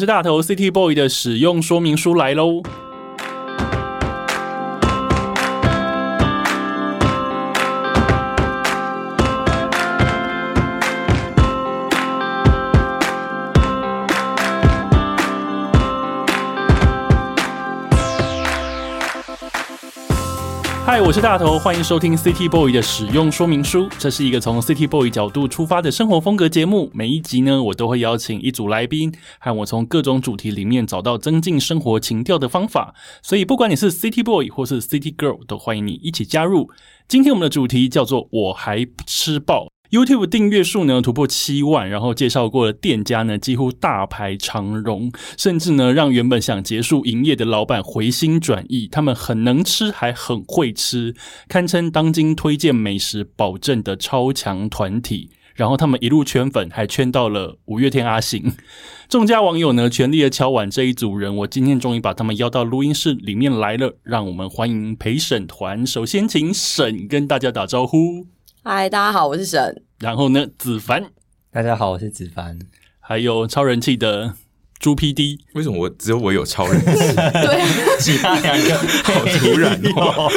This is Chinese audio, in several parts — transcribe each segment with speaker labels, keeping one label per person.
Speaker 1: 是大头 City Boy 的使用说明书来喽。嗨，我是大头，欢迎收听 City Boy 的使用说明书。这是一个从 City Boy 角度出发的生活风格节目。每一集呢，我都会邀请一组来宾，和我从各种主题里面找到增进生活情调的方法。所以，不管你是 City Boy 或是 City Girl，都欢迎你一起加入。今天我们的主题叫做“我还吃爆”。YouTube 订阅数呢突破七万，然后介绍过的店家呢几乎大排长龙，甚至呢让原本想结束营业的老板回心转意。他们很能吃，还很会吃，堪称当今推荐美食保证的超强团体。然后他们一路圈粉，还圈到了五月天阿信。众家网友呢全力的敲碗这一组人，我今天终于把他们邀到录音室里面来了，让我们欢迎陪审团。首先请沈跟大家打招呼。
Speaker 2: 嗨，大家好，我 是沈。
Speaker 1: 然后呢，子凡，
Speaker 3: 大家好，我是子凡。
Speaker 1: 还有超人气的猪 PD，
Speaker 4: 为什么我只有我有超人气？
Speaker 2: 对，
Speaker 3: 其他两个
Speaker 4: 好突然哦！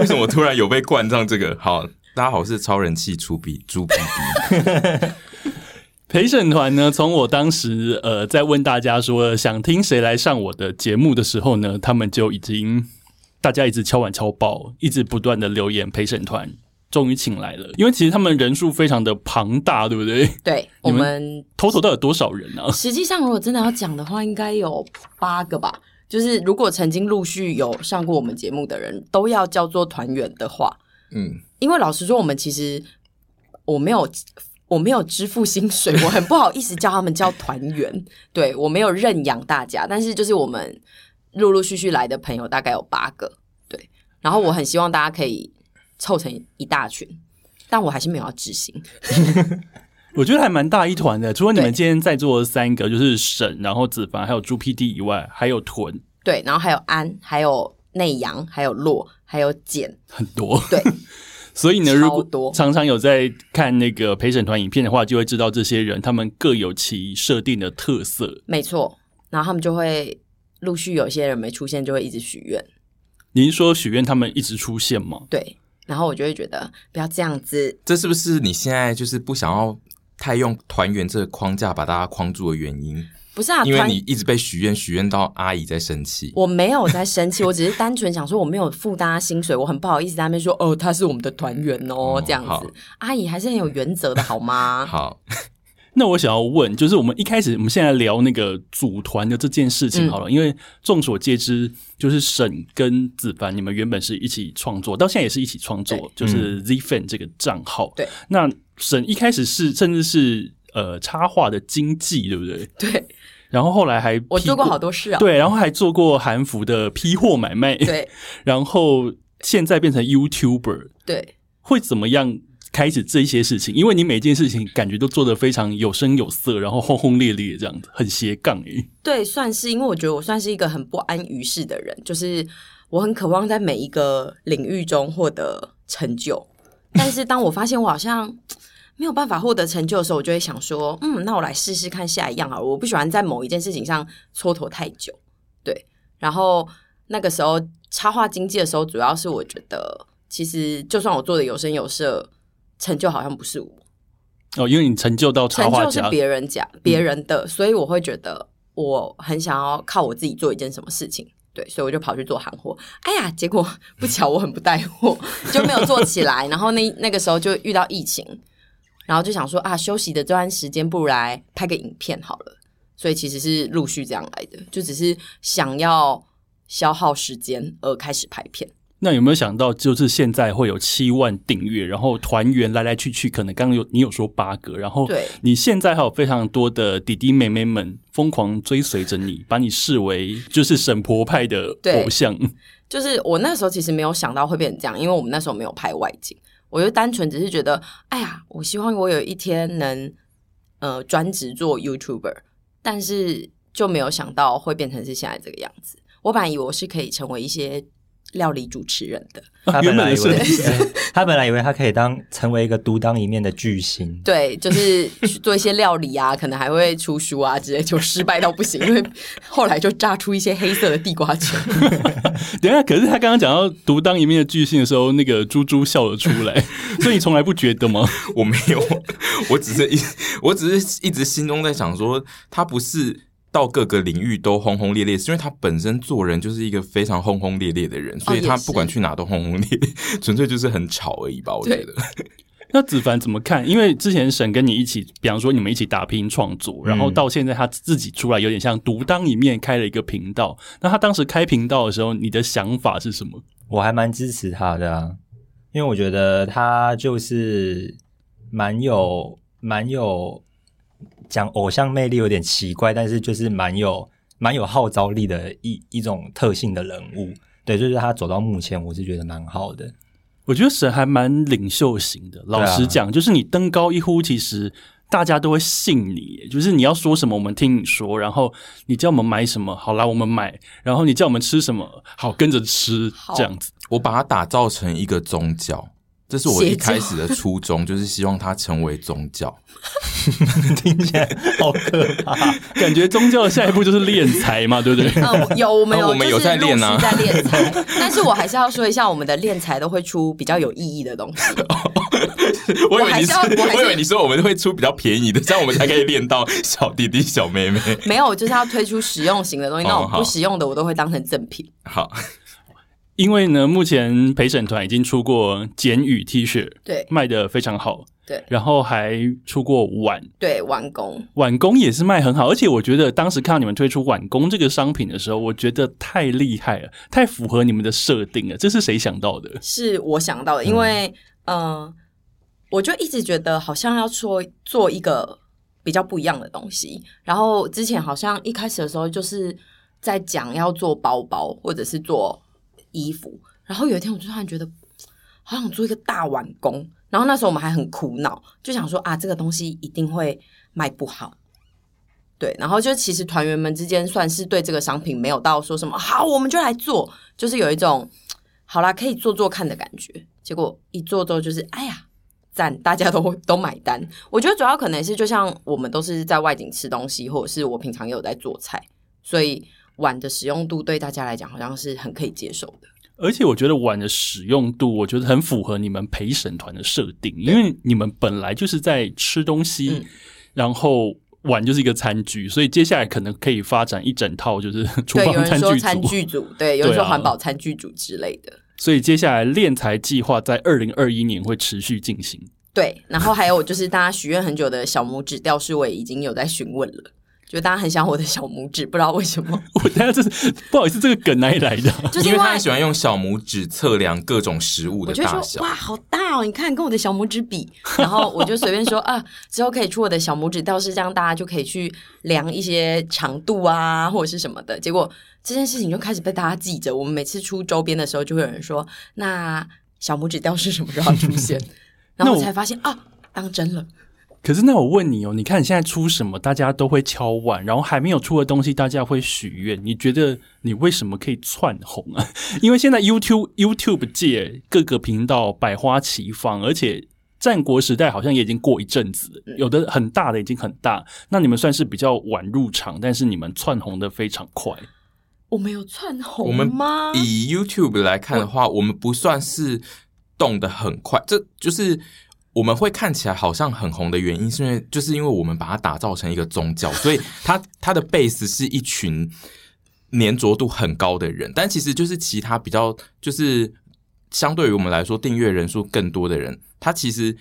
Speaker 4: 为什么我突然有被冠上这个？好，大家好，我是超人气猪鼻猪鼻鼻。
Speaker 1: 陪审团呢，从我当时呃在问大家说想听谁来上我的节目的时候呢，他们就已经大家一直敲碗敲爆，一直不断的留言陪审团。终于请来了，因为其实他们人数非常的庞大，对不对？
Speaker 2: 对我
Speaker 1: 你们
Speaker 2: 们
Speaker 1: 偷偷到底有多少人啊？
Speaker 2: 实际上如果真的要讲的话，应该有八个吧。就是如果曾经陆续有上过我们节目的人，都要叫做团员的话，
Speaker 4: 嗯，
Speaker 2: 因为老实说，我们其实我没有我没有支付薪水， 我很不好意思叫他们叫团员，对我没有认养大家，但是就是我们陆陆续续来的朋友大概有八个，对，然后我很希望大家可以凑成一大群，但我还是没有要执行。
Speaker 1: 我觉得还蛮大一团的。除了你们
Speaker 2: 对
Speaker 1: 今天在座的三个，就是沈，然后子凡，还有猪 PD 以外，还有屯，
Speaker 2: 对，然后还有安，还有内阳，还有洛，还有简，
Speaker 1: 很多。
Speaker 2: 对，
Speaker 1: 所以呢，
Speaker 2: 超
Speaker 1: 如果
Speaker 2: 多
Speaker 1: 常常有在看那个陪审团影片的话，就会知道这些人他们各有其设定的特色。
Speaker 2: 没错。然后他们就会陆续有些人没出现，就会一直许愿，
Speaker 1: 您说许愿他们一直出现吗？
Speaker 2: 对。然后我就会觉得不要这样子，
Speaker 4: 这是不是你现在就是不想要太用团圆这个框架把大家框住的原因？
Speaker 2: 不是啊，
Speaker 4: 因为
Speaker 2: 团
Speaker 4: 你一直被许愿，许愿到阿姨在生气。
Speaker 2: 我没有在生气，我只是单纯想说我没有付大家薪水，我很不好意思在那边说哦，他是我们的团员哦，
Speaker 4: 嗯
Speaker 2: 这样
Speaker 4: 好
Speaker 2: 子，阿姨还是很有原则的好吗？
Speaker 4: 好，
Speaker 1: 那我想要问，就是我们一开始，我们现在聊那个组团的这件事情好了，因为众所皆知，就是沈跟子凡，你们原本是一起创作，到现在也是一起创作
Speaker 2: 对，嗯
Speaker 1: 就是 Z Fan 这个账号。
Speaker 2: 对，
Speaker 1: 那沈一开始是甚至是呃插画的经纪，对不对？
Speaker 2: 对
Speaker 1: 然后后来还
Speaker 2: 我
Speaker 1: 批
Speaker 2: 做过好多事啊，
Speaker 1: 对，然后还做过韩服的批货买卖，
Speaker 2: 对
Speaker 1: 然后现在变成 YouTuber，
Speaker 2: 对，
Speaker 1: 会怎么样开始这些事情？因为你每件事情感觉都做得非常有声有色，然后轰轰烈烈这样子，很斜杠欸诶、
Speaker 2: 对，算是，因为我觉得我算是一个很不安于世的人，就是我很渴望在每一个领域中获得成就，但是当我发现我好像没有办法获得成就的时候，我就会想说，嗯，那我来试试看下一样好了。我不喜欢在某一件事情上蹉跎太久，对。然后那个时候插画经济的时候，主要是我觉得，其实就算我做的有声有色，成就好像不是我。
Speaker 1: 哦，因为你成就到插
Speaker 2: 成
Speaker 1: 画
Speaker 2: 就是
Speaker 1: 家，嗯
Speaker 2: 别人讲别人的，所以我会觉得我很想要靠我自己做一件什么事情。对，所以我就跑去做韩货。哎呀，结果不巧我很不带货， 就没有做起来。然后那那个时候就遇到疫情，然后就想说啊，休息的这段时间不如来拍个影片好了。所以其实是陆续这样来的，就只是想要消耗时间而开始拍片。
Speaker 1: 那有没有想到，就是现在会有七万订阅，然后团员来来去去，可能刚刚有你有说八个，然后
Speaker 2: 对
Speaker 1: 你现在还有非常多的弟弟妹妹们疯狂追随着你，把你视为就是沈婆派的
Speaker 2: 对
Speaker 1: 偶像。
Speaker 2: 就是我那时候其实没有想到会变成这样，因为我们那时候没有拍外景，我就单纯只是觉得，哎呀，我希望我有一天能呃专职做 YouTuber，但是就没有想到会变成是现在这个样子。我本来以为我是可以成为一些料理主持人的。
Speaker 3: 他
Speaker 1: 原
Speaker 3: 本
Speaker 1: 本
Speaker 3: 来
Speaker 1: 的
Speaker 3: 以为
Speaker 1: 设计
Speaker 3: 他本来以为他可以当成为一个独当一面的巨星，
Speaker 2: 对，就是去做一些料理啊，可能还会出书啊之类，就失败到不行，因为后来就炸出一些黑色的地瓜球。
Speaker 1: 等一下，可是他刚刚讲到独当一面的巨星的时候，那个猪猪笑了出来， 所以你从来不觉得吗？
Speaker 4: 我没有， 我只是一，我只是一直心中在想说，他不是到各个领域都轰轰烈烈，是因为他本身做人就是一个非常轰轰烈烈的人，所以
Speaker 2: 哦也
Speaker 4: 他
Speaker 2: 是
Speaker 4: 不管去哪都轰轰烈 烈，纯粹就是很吵而已吧，我觉
Speaker 2: 对
Speaker 4: 得。
Speaker 1: 那子凡怎么看？因为之前沈跟你一起，比方说你们一起打拼创作，然后到现在他自己出来，有点像独当一面开了一个频道。那他当时开频道的时候，你的想法是什么？
Speaker 3: 我还蛮支持他的、啊，因为我觉得他就是蛮有蛮有讲偶像魅力有点奇怪，但是就是蛮有蛮有号召力的一一种特性的人物。对，就是他走到目前，我是觉得蛮好的。
Speaker 1: 我觉得沈还蛮领袖型的。老实讲，就是你登高一呼，其实大家都会信你。就是你要说什么，我们听你说；然后你叫我们买什么，好啦，我们买；然后你叫我们吃什么，好跟着吃，
Speaker 2: 好
Speaker 1: 这样子。
Speaker 4: 我把它打造成一个宗教，这是我一开始的初衷，就是希望它成为宗教。
Speaker 3: 听起来好可怕。
Speaker 1: 感觉宗教的下一步就是敛财嘛，对不 对？
Speaker 2: 嗯，有我们有，
Speaker 4: 我们有在练啊
Speaker 2: 就是陆续在练财， 但是我还是要说一下，我们的练财都会出比较有意义的东 西。
Speaker 4: 我
Speaker 2: 我
Speaker 4: 以为
Speaker 2: 还
Speaker 4: 你
Speaker 2: 是
Speaker 4: 说，
Speaker 2: 要我还是
Speaker 4: 我以为你说我们会出比较便宜的，这样我们才可以练到小弟弟、小妹妹。
Speaker 2: 没有，就是要推出实用型的东西，
Speaker 4: 哦
Speaker 2: 那种
Speaker 4: 好
Speaker 2: 不实用的我都会当成赠品。
Speaker 4: 好，
Speaker 1: 因为呢，目前陪审团已经出过简语 T 恤，
Speaker 2: 对
Speaker 1: 卖的非常好，
Speaker 2: 对
Speaker 1: 然后还出过碗，
Speaker 2: 对，完工。
Speaker 1: 碗工也是卖很好，而且我觉得当时看到你们推出碗工这个商品的时候，我觉得太厉害了，太符合你们的设定了，这是谁想到的？
Speaker 2: 是我想到的，因为嗯、呃我就一直觉得好像要做做一个比较不一样的东西。然后之前好像一开始的时候就是在讲要做包包或者是做衣服，然后有一天我就突然觉得好想做一个大碗工。然后那时候我们还很苦恼，就想说啊，这个东西一定会卖不好。对，然后就其实团员们之间算是对这个商品没有到说什么好，我们就来做，就是有一种好啦，可以做做看的感觉。结果一做做就是，哎呀，赞，大家都都买单。我觉得主要可能是就像我们都是在外景吃东西，或者是我平常也有在做菜，所以碗的使用度对大家来讲好像是很可以接受的。
Speaker 1: 而且我觉得碗的使用度，我觉得很符合你们陪审团的设定，因为你们本来就是在吃东西，
Speaker 2: 嗯
Speaker 1: 然后。碗就是一个餐具，所以接下来可能可以发展一整套，就是厨
Speaker 2: 对，有
Speaker 1: 房
Speaker 2: 人
Speaker 1: 餐
Speaker 2: 说
Speaker 1: 具
Speaker 2: 餐
Speaker 1: 组。
Speaker 2: 具组，对，有人说
Speaker 1: 对啊
Speaker 2: 环保餐具组之类的。
Speaker 1: 所以接下来练财计划在二零二一年会持续进行。
Speaker 2: 对，然后还有就是大家许愿很久的小拇指吊饰，我也已经有在询问了，就大家很想我的小拇指，不知道为什么，
Speaker 1: 我等下这是不好意思，这个梗哪里来的？
Speaker 2: 就是
Speaker 4: 因
Speaker 2: 为
Speaker 4: 为他很喜欢用小拇指测量各种食物
Speaker 2: 我
Speaker 4: 的
Speaker 2: 就
Speaker 4: 大
Speaker 2: 说
Speaker 4: 小
Speaker 2: 哇，。好大哦！你看，跟我的小拇指比，然后我就随便说 啊，之后可以出我的小拇指吊饰，这样大家就可以去量一些长度啊，或者是什么的。结果这件事情就开始被大家记着。我们每次出周边的时候，就会有人说，那小拇指吊饰什么时候要出现？ 然
Speaker 1: 那
Speaker 2: 后我
Speaker 1: 我
Speaker 2: 才发现啊，当真了。
Speaker 1: 可是那我问你哦，你看你现在出什么，大家都会敲碗，然后还没有出的东西，大家会许愿。你觉得你为什么可以窜红啊？ 因为现在 YouTube YouTube 界各个频道百花齐放，而且战国时代好像也已经过一阵子，有的很大的已经很大。那你们算是比较晚入场，但是你们窜红的非常快。
Speaker 2: 我们有窜
Speaker 4: 我
Speaker 2: 红
Speaker 4: 们
Speaker 2: 吗？
Speaker 4: 以 YouTube 来看的话，我们不算是动得很快，这就是我们会看起来好像很红的原因，是因为就是因为我们把它打造成一个宗教， 所以它它的 base 是一群粘着度很高的人，但其实就是其他比较就是相对于我们来说订阅人数更多的人，他其实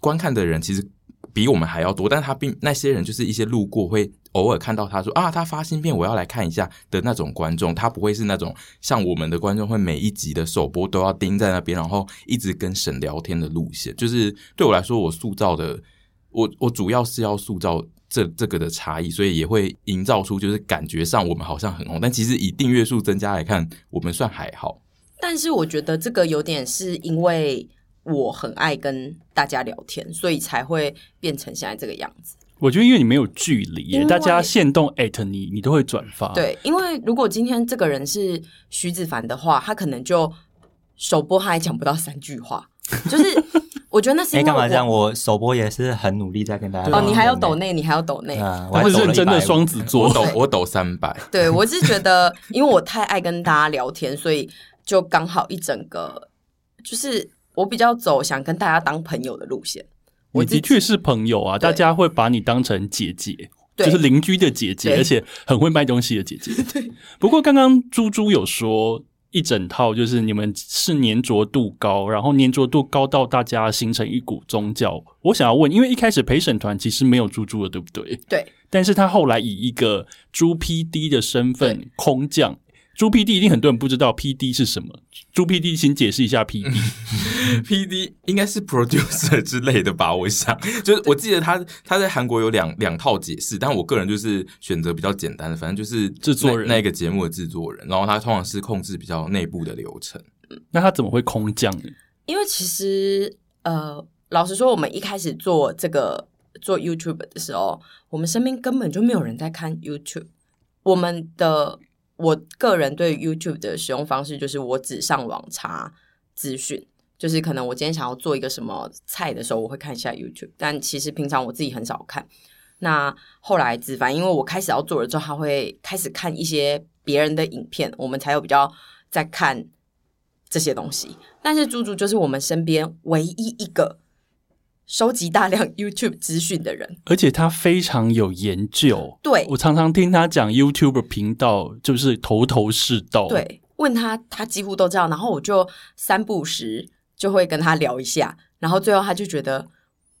Speaker 4: 观看的人其实。比我们还要多，但他并那些人就是一些路过会偶尔看到他说啊，他发新片，我要来看一下的那种观众，他不会是那种像我们的观众会每一集的首播都要盯在那边，然后一直跟沈聊天的路线。就是对我来说，我塑造的我我主要是要塑造这这个的差异，所以也会营造出就是感觉上我们好像很红，但其实以订阅数增加来看，我们算还好。
Speaker 2: 但是我觉得这个有点是因为我很爱跟大家聊天，所以才会变成现在这个样子。
Speaker 1: 我觉得因为你没有距离耶，
Speaker 2: 因为
Speaker 1: 大家限动艾特你，你都会转
Speaker 3: 啊
Speaker 1: 发。，
Speaker 2: 对，因为如果今天这个人是徐子凡的话，他可能就首播他还讲不到三句话，就是我觉得那是
Speaker 3: 哎，
Speaker 2: 因为
Speaker 3: 干嘛
Speaker 2: 我
Speaker 3: 这样？我首播也是很努力在跟大家
Speaker 2: 哦，你还要
Speaker 3: 抖
Speaker 2: 抖内，你还要抖内。
Speaker 3: 啊，我
Speaker 1: 他
Speaker 3: 还
Speaker 1: 们
Speaker 3: 抖了
Speaker 1: 认真的
Speaker 3: 150
Speaker 1: 双子
Speaker 4: 我
Speaker 1: 座，
Speaker 4: 抖我抖三百，
Speaker 2: 对我是觉得，因为我太爱跟大家聊天，所以就刚好一整个就是我比较走想跟大家当朋友的路线。我
Speaker 1: 你
Speaker 2: 自己
Speaker 1: 的确是朋友啊，
Speaker 2: 对
Speaker 1: 大家会把你当成姐姐。
Speaker 2: 对
Speaker 1: 就是邻居的姐姐，
Speaker 2: 对
Speaker 1: 而且很会卖东西的姐 姐。对，不过刚刚猪猪有说一整套，就是你们是粘着度高，然后粘着度高到大家形成一股宗教。我想要问，因为一开始陪审团其实没有猪猪的，对不对？
Speaker 2: 对，
Speaker 1: 但是他后来以一个猪 PD 的身份空降。猪 PD 一定很多人不知道 PD 是什么，猪 PD 请解释一下 PD。
Speaker 4: P D 应该是 producer 之类的吧，我想，就是我记得他他在韩国有两两套解释，但我个人就是选择比较简单的，反正就是
Speaker 1: 制作人
Speaker 4: 那那个节目的制作人，然后他通常是控制比较内部的流程，
Speaker 1: 那他怎么会空降呢？
Speaker 2: 因为其实呃，老实说，我们一开始做这个做 YouTube 的时候，我们身边根本就没有人在看 YouTube。我们的我个人对 YouTube 的使用方式就是，我只上网查资讯。就是可能我今天想要做一个什么菜的时候，我会看一下 YouTube，但其实平常我自己很少看。那后来子凡，因为我开始要做了之后，他会开始看一些别人的影片，我们才有比较在看这些东西。但是猪猪就是我们身边唯一一个收集大量 YouTube 资讯的人。
Speaker 1: 而且他非常有研究。
Speaker 2: 对
Speaker 1: 我常常听他讲 YouTube 频道，就是头头是道。，
Speaker 2: 对，问他，他几乎都知道。然后我就三不五时就会跟他聊一下，然后最后他就觉得。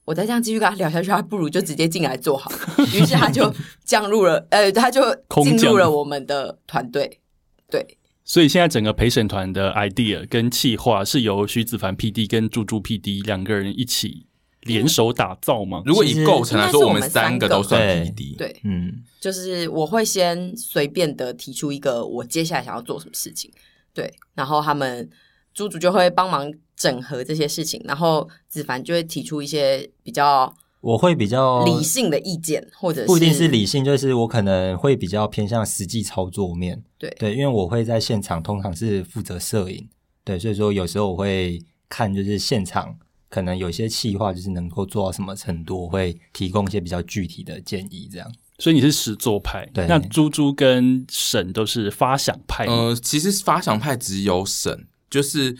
Speaker 2: 我再这样继续跟他聊下去，他不如就直接进来做好了。于是他就 降入了，呃，他就
Speaker 1: 空
Speaker 2: 进
Speaker 1: 降
Speaker 2: 入了我们的团队。对，
Speaker 1: 所以现在整个陪审团的 idea 跟企划是由徐子凡 PD 跟猪猪 PD 两个人一起联手打造吗？
Speaker 4: 如果
Speaker 3: 其
Speaker 4: 以
Speaker 3: 实
Speaker 4: 构成来
Speaker 2: 应该
Speaker 4: 说，
Speaker 2: 是
Speaker 4: 我
Speaker 2: 我们
Speaker 4: 们三个都算
Speaker 3: 三
Speaker 4: P
Speaker 3: 个
Speaker 4: D，
Speaker 2: 对，
Speaker 3: 嗯，
Speaker 2: 就是我会先随便的提出一个我接下来想要做什么事情，对，然后他们猪猪就会帮忙整合这些事情，然后子凡就会提出一些比较
Speaker 3: 我会比较
Speaker 2: 理性的意见，或者
Speaker 3: 哦不一定是理性，就是我可能会比较偏向实际操作面。
Speaker 2: 对
Speaker 3: 对，因为我会在现场，通常是负责摄影，对，所以说有时候我会看，就是现场可能有些企划，就是能够做到什么程度，我会提供一些比较具体的建议，这样。
Speaker 1: 所以你是实作派，
Speaker 3: 对
Speaker 1: 那猪猪跟沈都是发想派。
Speaker 4: 呃，其实发想派只有审，就是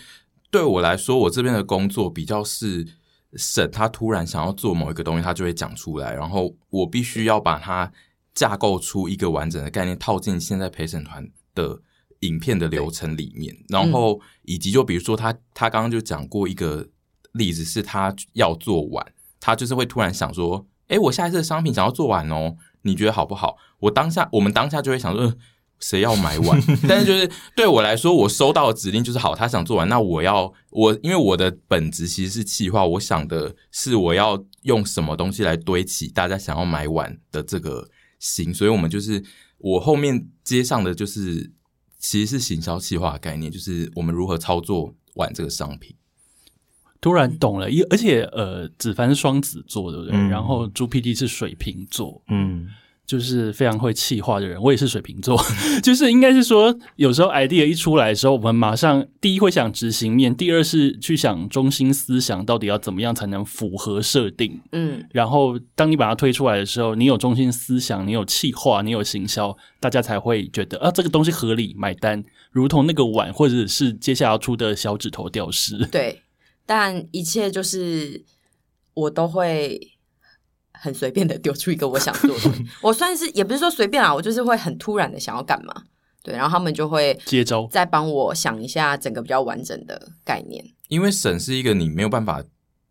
Speaker 4: 对我来说，我这边的工作比较是审，他突然想要做某一个东西，他就会讲出来，然后我必须要把它架构出一个完整的概念，套进现在陪审团的影片的流程里面，然后以及就比如说他他刚刚就讲过一个例子，是他要做碗，他就是会突然想说，诶，我下一次的商品想要做碗哦，你觉得好不好？我当下我们当下就会想说。呃谁要买碗？但是就是对我来说，我收到的指令就是好，他想做完，那我要我因为我的本职其实是企划，我想的是我要用什么东西来堆起大家想要买碗的这个心，所以我们就是我后面接上的就是其实是行销企划的概念，就是我们如何操作碗这个商品。
Speaker 1: 突然懂了，因而且呃，子凡是双子座，对不对？
Speaker 3: 嗯
Speaker 1: 然后猪 PD 是水瓶座，
Speaker 3: 嗯，
Speaker 1: 就是非常会气化的人，我也是水瓶座， 就是应该是说，有时候 idea 一出来的时候，我们马上第一会想执行面，第二是去想中心思想到底要怎么样才能符合设定。
Speaker 2: 嗯，
Speaker 1: 然后当你把它推出来的时候，你有中心思想，你有气化，你有行销，大家才会觉得啊，这个东西合理，买单。如同那个碗，或者是接下来要出的小指头吊饰，
Speaker 2: 对，但一切就是我都会。很随便的丢出一个我想做的东 西，我算是也不是说随便啊，我就是会很突然的想要干嘛，对，然后他们就会
Speaker 1: 接招。
Speaker 2: 再帮我想一下整个比较完整的概念。
Speaker 4: 因为审是一个你没有办法，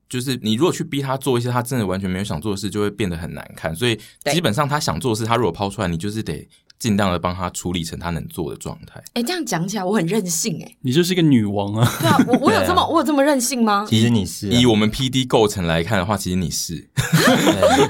Speaker 4: 就是你如果去逼他做一些他真的完全没有想做的事，就会变得很难看。所以
Speaker 2: 对
Speaker 4: 基本上他想做的事，他如果抛出来，你就是得尽量的帮他处理成他能做的状态。
Speaker 2: 哎，这样讲起来我很任性哎、
Speaker 1: 你就是一个女王啊！
Speaker 2: 对啊，我我有这么、
Speaker 3: 对啊
Speaker 2: 我有这么任性吗？
Speaker 3: 其实你是、啊
Speaker 4: 以，我们 P D 构成来看的话，其实你是
Speaker 3: 对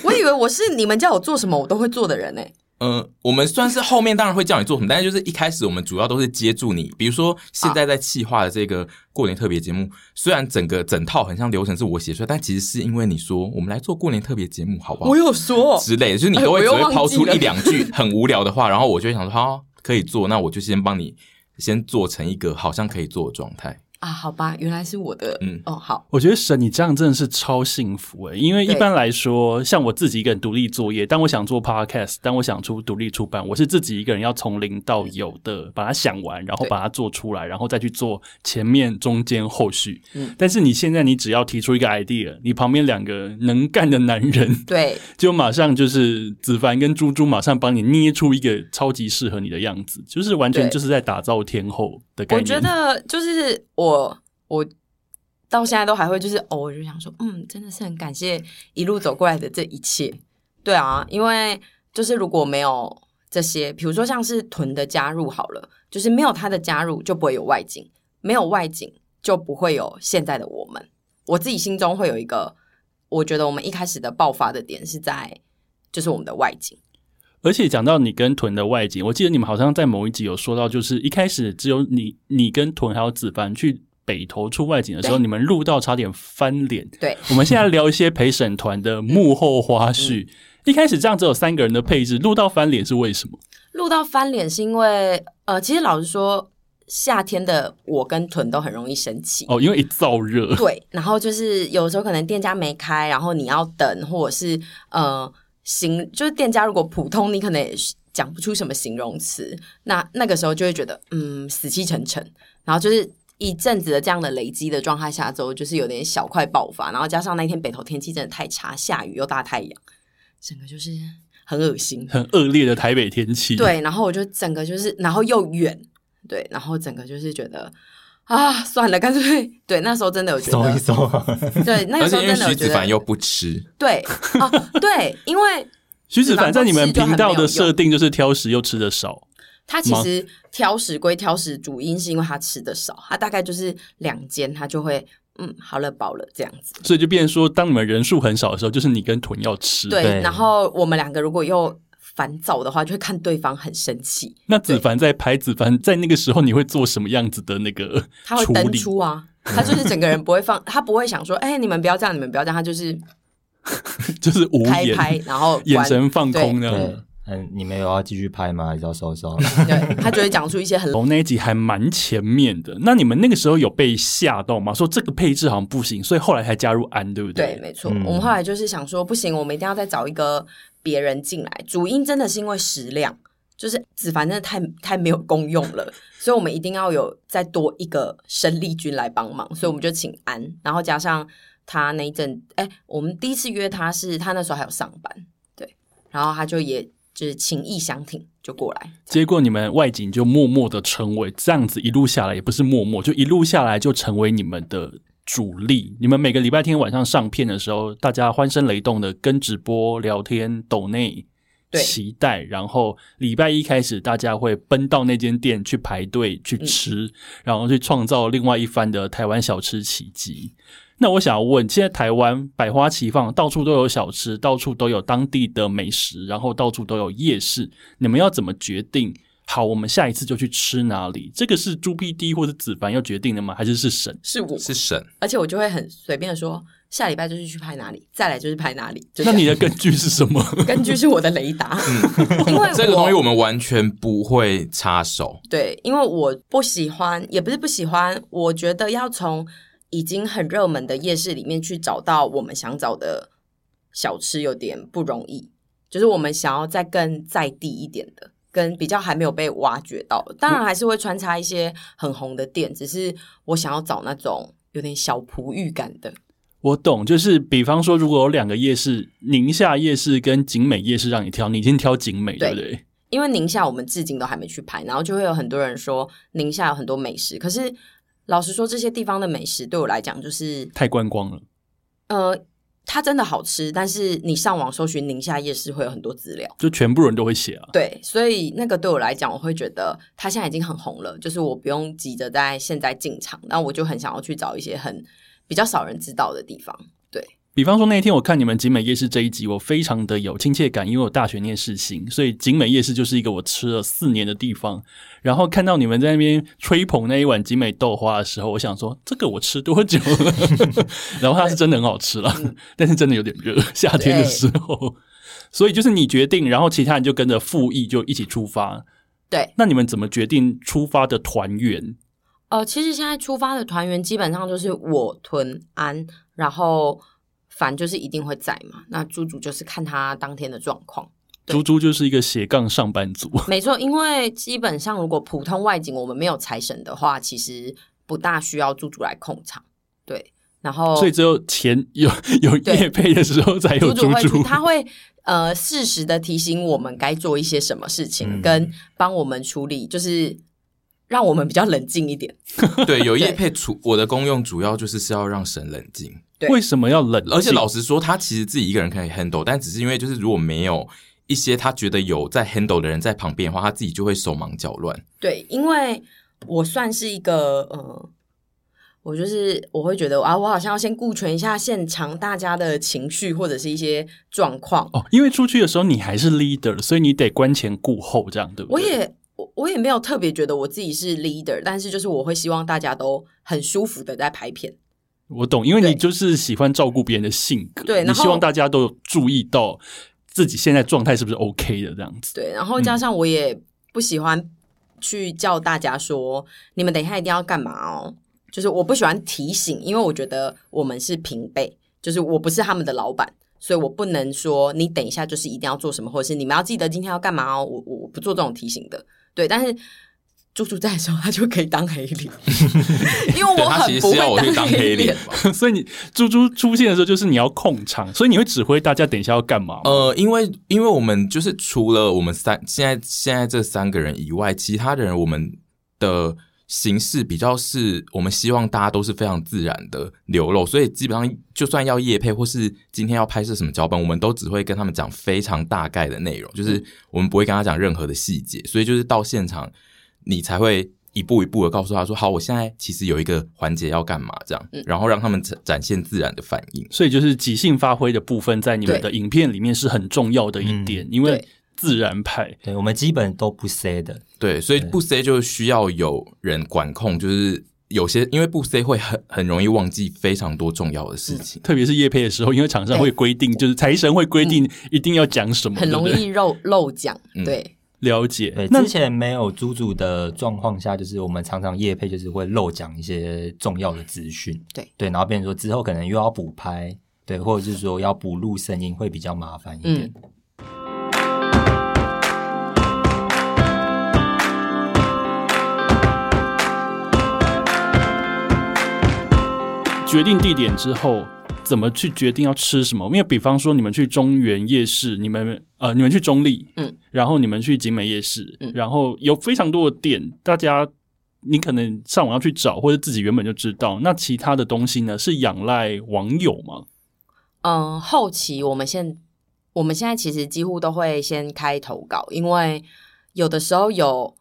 Speaker 2: 我以为我是你们叫我做什么我都会做的人哎、
Speaker 4: 呃，我们算是后面当然会叫你做什么，但是就是一开始我们主要都是接住你。比如说现在在企划的这个过年特别节目，虽然整个整套很像流程是我写出来，但其实是因为你说我们来做过年特别节目，好不好
Speaker 2: 我？有说，
Speaker 4: 之类的，就是你
Speaker 2: 哎
Speaker 4: 都会
Speaker 2: 我
Speaker 4: 只
Speaker 2: 又
Speaker 4: 会
Speaker 2: 忘
Speaker 4: 抛
Speaker 2: 记
Speaker 4: 出
Speaker 2: 了
Speaker 4: 一两句 很无聊的话，然后我就会想说，好，可以做，那我就先帮你先做成一个好像可以做的状态。
Speaker 2: 啊，好吧，原来是我的，
Speaker 4: 嗯
Speaker 2: 嗯，哦，好，
Speaker 1: 我觉得神，你这样真的是超幸福诶、因为一
Speaker 2: 对
Speaker 1: 般来说，像我自己一个人独立作业，当我想做 podcast，当我想出独立出版，我是自己一个人要从零到有的把它想完，然后
Speaker 2: 对
Speaker 1: 把它做出来，然后再去做前面、中间、后续。
Speaker 2: 嗯
Speaker 1: 但是你现在，你只要提出一个 idea，你旁边两个能干的男人
Speaker 2: 对，
Speaker 1: 就马上就是子凡跟猪猪马上帮你捏出一个超级适合你的样子，就是完全
Speaker 2: 对
Speaker 1: 就是在打造天后的概
Speaker 2: 我
Speaker 1: 念。
Speaker 2: 觉得就是我我到现在都还会就是偶尔就想说，嗯，真的是很感谢一路走过来的这一切。对啊，因为就是如果没有这些，比如说像是屯的加入好了，就是没有他的加入就不会有外景，没有外景就不会有现在的我们。我自己心中会有一个，我觉得我们一开始的爆发的点是在就是我们的外景。
Speaker 1: 而且讲到你跟屯的外景，我记得你们好像在某一集有说到，就是一开始只有你、你跟屯还有子凡去北投出外景的时候，
Speaker 2: 对
Speaker 1: 你们录到差点翻脸。
Speaker 2: 对，
Speaker 1: 我们现在聊一些陪审团的幕后花
Speaker 2: 嗯
Speaker 1: 絮。一开始这样只有三个人的配置，录到翻脸是为什么？
Speaker 2: 录到翻脸是因为，呃，其实老实说，夏天的我跟屯都很容易生气。
Speaker 1: 哦，因为一燥热，
Speaker 2: 对，然后就是有时候可能店家没开，然后你要等，或者是呃，形就是店家如果普通，你可能也是讲不出什么形容词，那那个时候就会觉得嗯死气沉沉，然后就是。一阵子的这样的累积的状态下之后，就是有点小快爆发，然后加上那天北投天气真的太差，下雨又大太阳，整个就是很恶心。
Speaker 1: 很恶劣的台北天气。，
Speaker 2: 对，然后我就整个就是，然后又远，对，然后整个就是觉得啊，算了，干脆对，那时候真的有觉
Speaker 3: 搜一
Speaker 2: 得，
Speaker 3: 搜，
Speaker 2: 对，那
Speaker 4: 而
Speaker 2: 个时
Speaker 4: 且
Speaker 2: 候
Speaker 4: 因为
Speaker 2: 真的有
Speaker 4: 徐
Speaker 2: 觉
Speaker 4: 子凡
Speaker 2: 得，
Speaker 4: 又不吃，
Speaker 2: 对啊，对，因为
Speaker 1: 徐子凡在你们频道的设
Speaker 2: 子凡不吃就很没有用
Speaker 1: 定就是挑食又吃的少，
Speaker 2: 他其
Speaker 1: 吗
Speaker 2: 实挑食归挑食，主因是因为他吃的少，他大概就是两间他就会嗯好了饱了这样子，
Speaker 1: 所以就变成说，当你们人数很少的时候，就是你跟屯要吃。
Speaker 4: 嗯
Speaker 2: 对，
Speaker 3: 对
Speaker 2: 然后我们两个如果又烦躁的话，就会看对方很生气，
Speaker 1: 那子凡在拍子凡在那个时候，你会做什么样子的那个
Speaker 2: 他会
Speaker 1: 处
Speaker 2: 登
Speaker 1: 理？
Speaker 2: 出啊。他就是整个人不会放，他不会想说，哎、你们不要这样，你们不要这样，他就是
Speaker 1: 就是无
Speaker 2: 拍
Speaker 1: 言，
Speaker 2: 拍，然后
Speaker 1: 眼
Speaker 2: 关
Speaker 1: 神放空那
Speaker 3: 对
Speaker 1: 样。，
Speaker 3: 嗯，你们有要继续拍吗？还是要收收？
Speaker 2: 对他就会讲出一些很
Speaker 1: 哦，那一集还蛮前面的。那你们那个时候有被吓到吗？说这个配置好像不行，所以后来才加入安，对不
Speaker 2: 对，
Speaker 1: 对？
Speaker 2: 没错。
Speaker 3: 嗯
Speaker 2: 我们后来就是想说，不行，我们一定要再找一个别人进来。主因真的是因为食量，就是子凡真的太太没有功用了，所以我们一定要有再多一个生力军来帮
Speaker 1: 嗯
Speaker 2: 忙。所以我们就请安，然后加上他那一阵，哎，我们第一次约他是他那时候还有上班，对，然后他就也就是情意相挺就过来，
Speaker 1: 结果你们外景就默默的成为这样子，一路下来也不是默默，就一路下来就成为你们的主力。你们每个礼拜天晚上上片的时候，大家欢声雷动的跟直播聊天、抖内。
Speaker 2: 对
Speaker 1: 期待，然后礼拜一开始，大家会奔到那间店去排队去吃，然后去创造另外一番的台湾小吃奇迹。那我想要问，现在台湾百花齐放，到处都有小吃，到处都有当地的美食，然后到处都有夜市，你们要怎么决定？好，我们下一次就去吃哪里？这个是猪 P D 或者子凡要决定的吗？还是是神？
Speaker 2: 是我，
Speaker 4: 是神，
Speaker 2: 而且我就会很随便的说，下礼拜就是去拍哪里，再来就是拍哪里。就这
Speaker 1: 那
Speaker 2: 样
Speaker 1: 你的根据是什么？
Speaker 2: 根据是我的雷达， 因为
Speaker 4: 这个东西
Speaker 2: 我
Speaker 4: 我们完全不会 插手。
Speaker 2: 对，因为我不喜欢，也不是不喜欢，我觉得要从已经很热门的夜市里面去找到我们想找的小吃，有点不容易。就是我们想要再更在地一点的，跟比较还没有被挖掘到的，当然还是会穿插一些很红的店，只是我想要找那种有点小璞玉感的。
Speaker 1: 我懂，就是比方说，如果有两个夜市，宁夏夜市跟景美夜市让你挑，你先挑景美，对不对？
Speaker 2: 因为宁夏我们至今都还没去拍，然后就会有很多人说宁夏有很多美食，可是老实说，这些地方的美食对我来讲就是，
Speaker 1: 太观光了。
Speaker 2: 呃，它真的好吃，但是你上网搜寻宁夏夜市会有很多资料。
Speaker 1: 就全部人都会写啊。
Speaker 2: 对，所以那个对我来讲，我会觉得它现在已经很红了，就是我不用急着在现在进场，那我就很想要去找一些很比较少人知道的地方。
Speaker 1: 比方说那一天我看你们景美夜市这一集，我非常的有亲切感，因为我大学念世新，所以景美夜市就是一个我吃了四年的地方。然后看到你们在那边吹捧那一碗景美豆花的时候，我想说这个我吃多久了？ 然后它是真的很好吃了，
Speaker 2: 嗯
Speaker 1: 但是真的有点热，夏天的时候。所以就是你决定，然后其他人就跟着附议，就一起出发。
Speaker 2: 对，
Speaker 1: 那你们怎么决定出发的团员？
Speaker 2: 呃，其实现在出发的团员基本上就是我、屯安，然后凡就是一定会在嘛。那猪猪就是看他当天的状况。对
Speaker 1: 猪猪就是一个斜杠上班族，
Speaker 2: 没错，因为基本上如果普通外景我们没有财神的话，其实不大需要猪猪来控场。对，然后
Speaker 1: 所以只有钱有有
Speaker 2: 哦对
Speaker 1: 业配的时候才有
Speaker 2: 猪
Speaker 1: 猪
Speaker 2: 会去，
Speaker 1: 猪。
Speaker 2: 他会呃适时的提醒我们该做一些什么事情，
Speaker 3: 嗯
Speaker 2: 跟帮我们处理，就是让我们比较冷静一点。
Speaker 4: 对，有叶
Speaker 2: 对
Speaker 4: 配主我的功用主要就是是要让神冷静，
Speaker 2: 对
Speaker 1: 为什么要冷静？
Speaker 4: 而且老实说，他其实自己一个人可以 handle，但只是因为就是如果没有一些他觉得有在 handle 的人在旁边的话，他自己就会手忙脚乱。
Speaker 2: 对，因为我算是一个呃，我就是我会觉得啊，我好像要先顾全一下现场大家的情绪或者是一些状况。
Speaker 1: 哦，因为出去的时候你还是 leader，所以你得观前顾后，这样对不
Speaker 2: 我
Speaker 1: 对？
Speaker 2: 也我我也没有特别觉得我自己是 leader，但是就是我会希望大家都很舒服的在拍片。
Speaker 1: 我懂，因为你
Speaker 2: 对
Speaker 1: 就是喜欢照顾别人的性格，
Speaker 2: 对然
Speaker 1: 你
Speaker 2: 后
Speaker 1: 希望大家都有注意到自己现在状态是不是 OK 的这样子。
Speaker 2: 对，然后
Speaker 4: 嗯
Speaker 2: 加上我也不喜欢去叫大家说、你们等一下一定要干嘛哦，就是我不喜欢提醒，因为我觉得我们是平辈，就是我不是他们的老板。所以我不能说你等一下就是一定要做什么，或者是你们要记得今天要干嘛哦。我我我不做这种提醒的，对。但是猪猪在的时候，他就可以当黑 脸，因为
Speaker 4: 对
Speaker 2: 我
Speaker 4: 他其
Speaker 2: 很
Speaker 4: 实
Speaker 2: 不
Speaker 4: 是要我去
Speaker 2: 会
Speaker 4: 当
Speaker 2: 黑
Speaker 4: 黑脸吧。
Speaker 1: 所以你猪猪出现的时候，就是你要控场，所以你会指挥大家等一下要干嘛
Speaker 2: 嗯
Speaker 1: 吗？
Speaker 4: 呃，因为因为我们就是除了我们三现在现在这三个人以外，其他的人我们的形式比较是我们希望大家都是非常自然的流露，所以基本上就算要夜配或是今天要拍摄什么脚本，我们都只会跟他们讲非常大概的内容，就是我们不会跟他讲任何的细节，所以就是到现场你才会。一步一步的告诉他说：“好，我现在其实有一个环节要干嘛，这样，然后让他们展展现自然的反应。”
Speaker 1: 所以就是即兴发挥的部分，在你们的
Speaker 2: 对嗯
Speaker 1: 影片里面是很重要的一点，因为
Speaker 2: 对
Speaker 1: 自然派。
Speaker 3: 对，我们基本都不 say 的，
Speaker 4: 对，所以不 C 就需要有人管控，就是有些因为不 C 会很很容易忘记非常多重要的事情。
Speaker 1: 特别是夜配的时候，因为厂商会规定，就是财神会规定一定要讲什么，
Speaker 2: 嗯很容
Speaker 1: 对不对
Speaker 2: 易漏漏讲。
Speaker 4: 嗯
Speaker 2: 对，
Speaker 1: 了解
Speaker 3: 对，。
Speaker 1: 那
Speaker 3: 之前没有猪猪的状况下，就是我们常常夜配就是会漏讲一些重要的资讯，
Speaker 2: 对
Speaker 3: 对，然后变成说之后可能又要补拍，对，或者是说要补录声音会比较麻烦一点。
Speaker 2: 嗯
Speaker 1: 决定地点之后，怎么去决定要吃什么？因为比方说你们去中原夜市，你们呃你们去中立，
Speaker 2: 嗯，
Speaker 1: 然后你们去景美夜市，
Speaker 2: 嗯
Speaker 1: 然后有非常多的店，大家你可能上网要去找，或者自己原本就知道。那其他的东西呢，是仰赖网友吗？
Speaker 2: 嗯，后期我们现我们现在其实几乎都会先开投稿，因为有的时候有，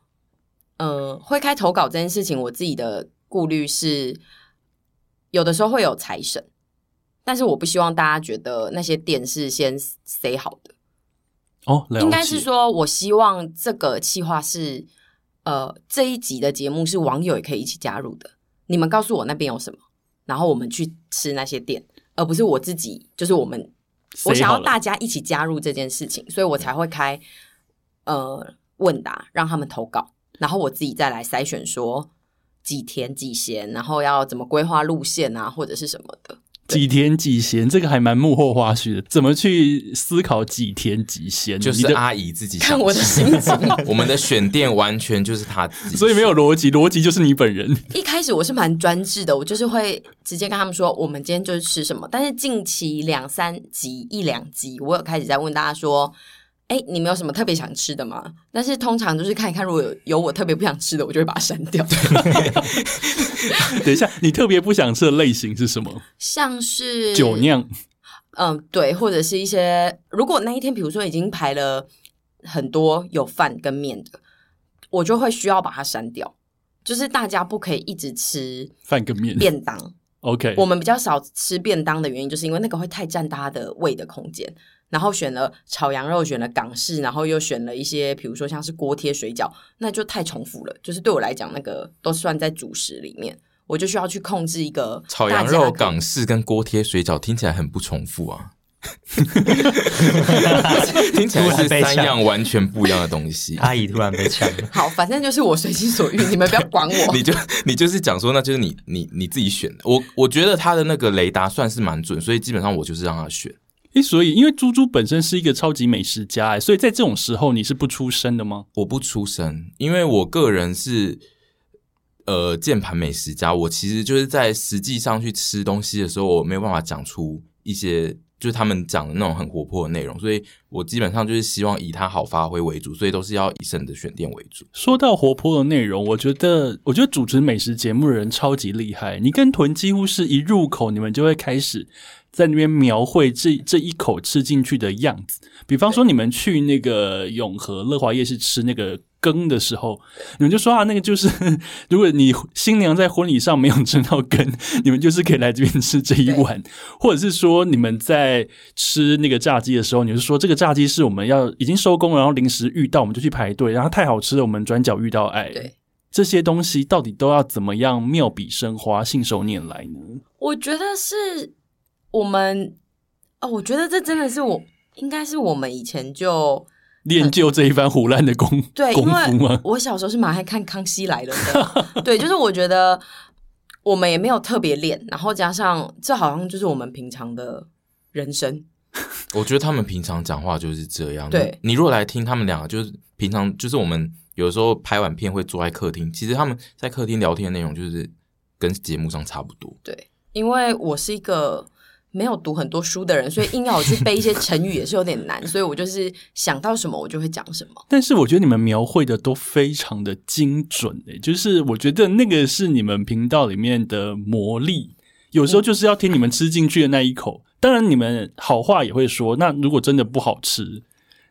Speaker 2: 呃，会开投稿这件事情，我自己的顾虑是，有的时候会有财神，但是我不希望大家觉得那些店是先 say 好的，
Speaker 1: 哦，了解
Speaker 2: 应该是说我希望这个企划是，呃，这一集的节目是网友也可以一起加入的，你们告诉我那边有什么，然后我们去吃那些店，而不是我自己，就是我们我
Speaker 1: 谁
Speaker 2: 想
Speaker 1: 好
Speaker 2: 要
Speaker 1: 了
Speaker 2: 大家一起加入这件事情，所以我才会开呃问答，让他们投稿，然后我自己再来筛选说几天几闲，然后要怎么规划路线啊，或者是什么的。
Speaker 1: 几天几闲，这个还蛮幕后花絮的，怎么去思考几天几闲？
Speaker 4: 就是
Speaker 1: 你的
Speaker 4: 阿姨自己想
Speaker 2: 看我的心情，
Speaker 4: 我们的 选店完全就是她自 己，
Speaker 1: 所以没有逻辑，逻辑就是你本人。
Speaker 2: 一开始我是蛮专制的，我就是会直接跟他们说我们今天就是吃什么。但是近期两三集一两集，我有开始在问大家说，哎、你们有什么特别想吃的吗？但是通常就是看一看，如果有有我特别不想吃的，我就会把它删掉。
Speaker 1: 等一下，你特别不想吃的类型是什么？
Speaker 2: 像是
Speaker 1: 酒，酿。
Speaker 2: 嗯，对，或者是一些如果那一天比如说已经排了很多有饭跟面的，我就会需要把它删掉。就是大家不可以一直吃
Speaker 1: 饭跟面，
Speaker 4: 嗯
Speaker 2: 便当，
Speaker 1: OK，
Speaker 2: 我们比较少吃便当的原因，就是因为那个会太占大家的胃的空间。然后选了炒羊肉，选了港式，然后又选了一些，比如说像是锅贴、水饺，那就太重复了。就是对我来讲，那个都算在主食里面，我就需要去控制一个
Speaker 4: 炒
Speaker 2: 大
Speaker 4: 羊
Speaker 2: 家
Speaker 4: 肉、
Speaker 2: 可。
Speaker 4: 港式跟锅贴、水饺听起来很不重复 啊，听起来是三样完全不一样的东西。
Speaker 1: 哎
Speaker 3: 阿姨突然被呛了
Speaker 2: 好，反正就是我随心所欲，你们不要管我。
Speaker 4: 你就你就是讲说，那就是你你你自己选的。我我觉得他的那个雷达算是蛮准，所以基本上我就是让他选。
Speaker 1: 诶，所以因为猪猪本身是一个超级美食家，诶所以在这种时候你是不出声的吗？
Speaker 4: 我不出声，因为我个人是呃键盘美食家，我其实就是在实际上去吃东西的时候，我没有办法讲出一些就是他们讲的那种很活泼的内容，所以我基本上就是希望以它好发挥为主，所以都是要以省的选店为主。
Speaker 1: 说到活泼的内容，我觉得，我觉得主持美食节目的人超级厉害。你跟屯几乎是一入口，你们就会开始在那边描绘这这一口吃进去的样子。比方说，你们去那个永和乐华夜市吃那个羹的时候，你们就说啊，那个就是 如果你新娘在婚礼上没有吃到羹， 你们就是可以来这边吃这一碗，或者是说你们在吃那个炸鸡的时候，你就说这个炸鸡是我们要已经收工了，然后临时遇到，我们就去排队，然后太好吃了，我们转角遇到爱。
Speaker 2: 对，
Speaker 1: 这些东西到底都要怎么样妙笔生花、信手拈来呢？
Speaker 2: 我觉得是我们哦，我觉得这真的是我应该是我们以前就
Speaker 1: 练就这一番胡乱的功
Speaker 2: 对，因
Speaker 1: 功夫
Speaker 2: 为
Speaker 1: 吗？
Speaker 2: 我小时候是蛮爱看《康熙来了》的，对，就是我觉得我们也没有特别练，然后加上这好像就是我们平常的人生，
Speaker 4: 我觉得他们平常讲话就是这样。
Speaker 2: 对
Speaker 4: 你如果来听他们两个，就是平常就是我们有时候拍完片会坐在客厅，其实他们在客厅聊天的内容就是跟节目上差不多。
Speaker 2: 因为我是一个没有读很多书的人，所以硬要我去背一些成语也是有点难，所以我就是想到什么我就会讲什么。
Speaker 1: 但是我觉得你们描绘的都非常的精准、诶，就是我觉得那个是你们频道里面的魔力，有时候就是要听你们吃进去的那一口。当然，你们好话也会说，那如果真的不好吃，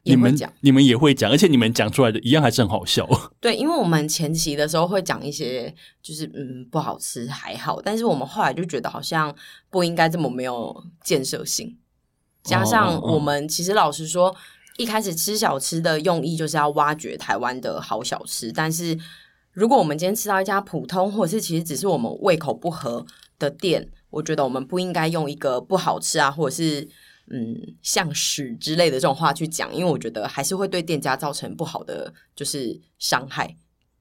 Speaker 2: 也
Speaker 1: 你
Speaker 2: 会
Speaker 1: 们
Speaker 2: 讲
Speaker 1: 你们也会讲，而且你们讲出来的一样还是很好笑。
Speaker 2: 对，因为我们前期的时候会讲一些，就是嗯不好吃还好，但是我们后来就觉得好像不应该这么没有建设性，加上
Speaker 1: 哦哦
Speaker 2: 我们其实老实说，一开始吃小吃的用意就是要挖掘台湾的好小吃，但是如果我们今天吃到一家普通，或者是其实只是我们胃口不合的店，我觉得我们不应该用一个不好吃啊，或者是。嗯，像屎之类的这种话去讲，因为我觉得还是会对店家造成不好的就是伤害。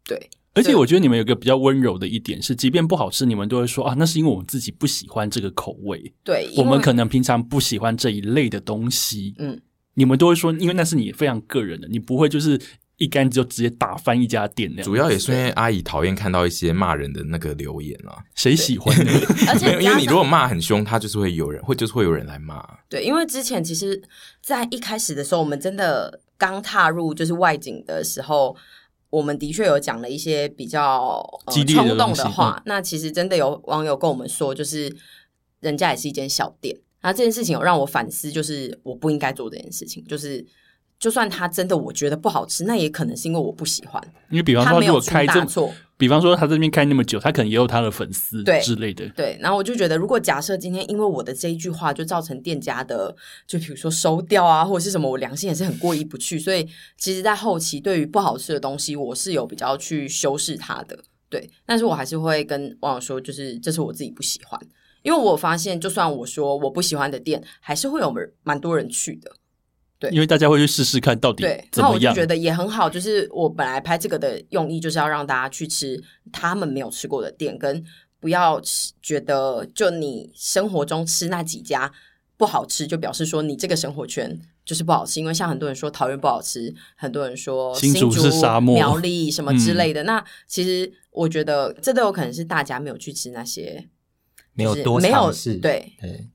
Speaker 2: 对，
Speaker 1: 而且我觉得你们有个比较温柔的一点是，即便不好吃，你们都会说啊，那是因为我们自己不喜欢这个口味，
Speaker 2: 对，因
Speaker 1: 我们
Speaker 2: 为
Speaker 1: 可能平常不喜欢这一类的东西。
Speaker 2: 嗯，
Speaker 1: 你们都会说，因为那是你非常个人的，你不会就是一竿子就直接打翻一家店那样。
Speaker 4: 主要也是因为阿姨讨厌看到一些骂人的那个留言啊，
Speaker 1: 谁喜欢呢？
Speaker 2: 而
Speaker 4: 没
Speaker 2: 且
Speaker 4: 有，因
Speaker 2: 加
Speaker 4: 为你如
Speaker 2: 上
Speaker 4: 果骂很凶，他就是会有人会就是会有人来骂。
Speaker 2: 对，因为之前其实，在一开始的时候，我们真的刚踏入就是外景的时候，我们的确有讲了一些比较、呃、
Speaker 1: 激烈的
Speaker 2: 冲动
Speaker 1: 东西嗯
Speaker 2: 的话。那其实真的有网友跟我们说，就是人家也是一间小店。那这件事情有让我反思，就是我不应该做这件事情，就是。就算它真的我觉得不好吃，那也可能是因为我不喜欢。
Speaker 1: 因为比方
Speaker 2: 他
Speaker 1: 说，
Speaker 2: 没
Speaker 1: 如
Speaker 2: 有
Speaker 1: 果
Speaker 2: 出
Speaker 1: 开这
Speaker 2: 大
Speaker 1: 么，
Speaker 2: 错，
Speaker 1: 比方说他这边开那么久，他可能也有他的粉丝
Speaker 2: 对
Speaker 1: 之类的。
Speaker 2: 对，然后我就觉得，如果假设今天因为我的这一句话就造成店家的，就比如说收掉啊，或者是什么，我良心也是很过意不去。所以其实，在后期对于不好吃的东西，我是有比较去修饰它的。对，但是我还是会跟网友说，就是这是我自己不喜欢，因为我发现，就算我说我不喜欢的店，还是会有蛮多人去的。对
Speaker 1: 因为大家会去试试看到底
Speaker 2: 对，
Speaker 1: 怎
Speaker 2: 那
Speaker 1: 么
Speaker 2: 我就
Speaker 1: 样
Speaker 2: 觉。得也很好。就是我本来拍这个的用意，就是要让大家去吃他们没有吃过的店，跟不要吃觉得就你生活中吃那几家不好吃，就表示说你这个生活圈就是不好吃。因为像很多人说桃园不好吃，很多人说
Speaker 1: 新竹
Speaker 2: 竹
Speaker 1: 是沙漠嗯
Speaker 2: 苗栗什么之类的。那其实我觉得这都有可能是大家没有去吃那些，
Speaker 3: 没有
Speaker 2: 就是
Speaker 3: 多
Speaker 2: 没有
Speaker 3: 尝试，
Speaker 2: 对
Speaker 3: 对，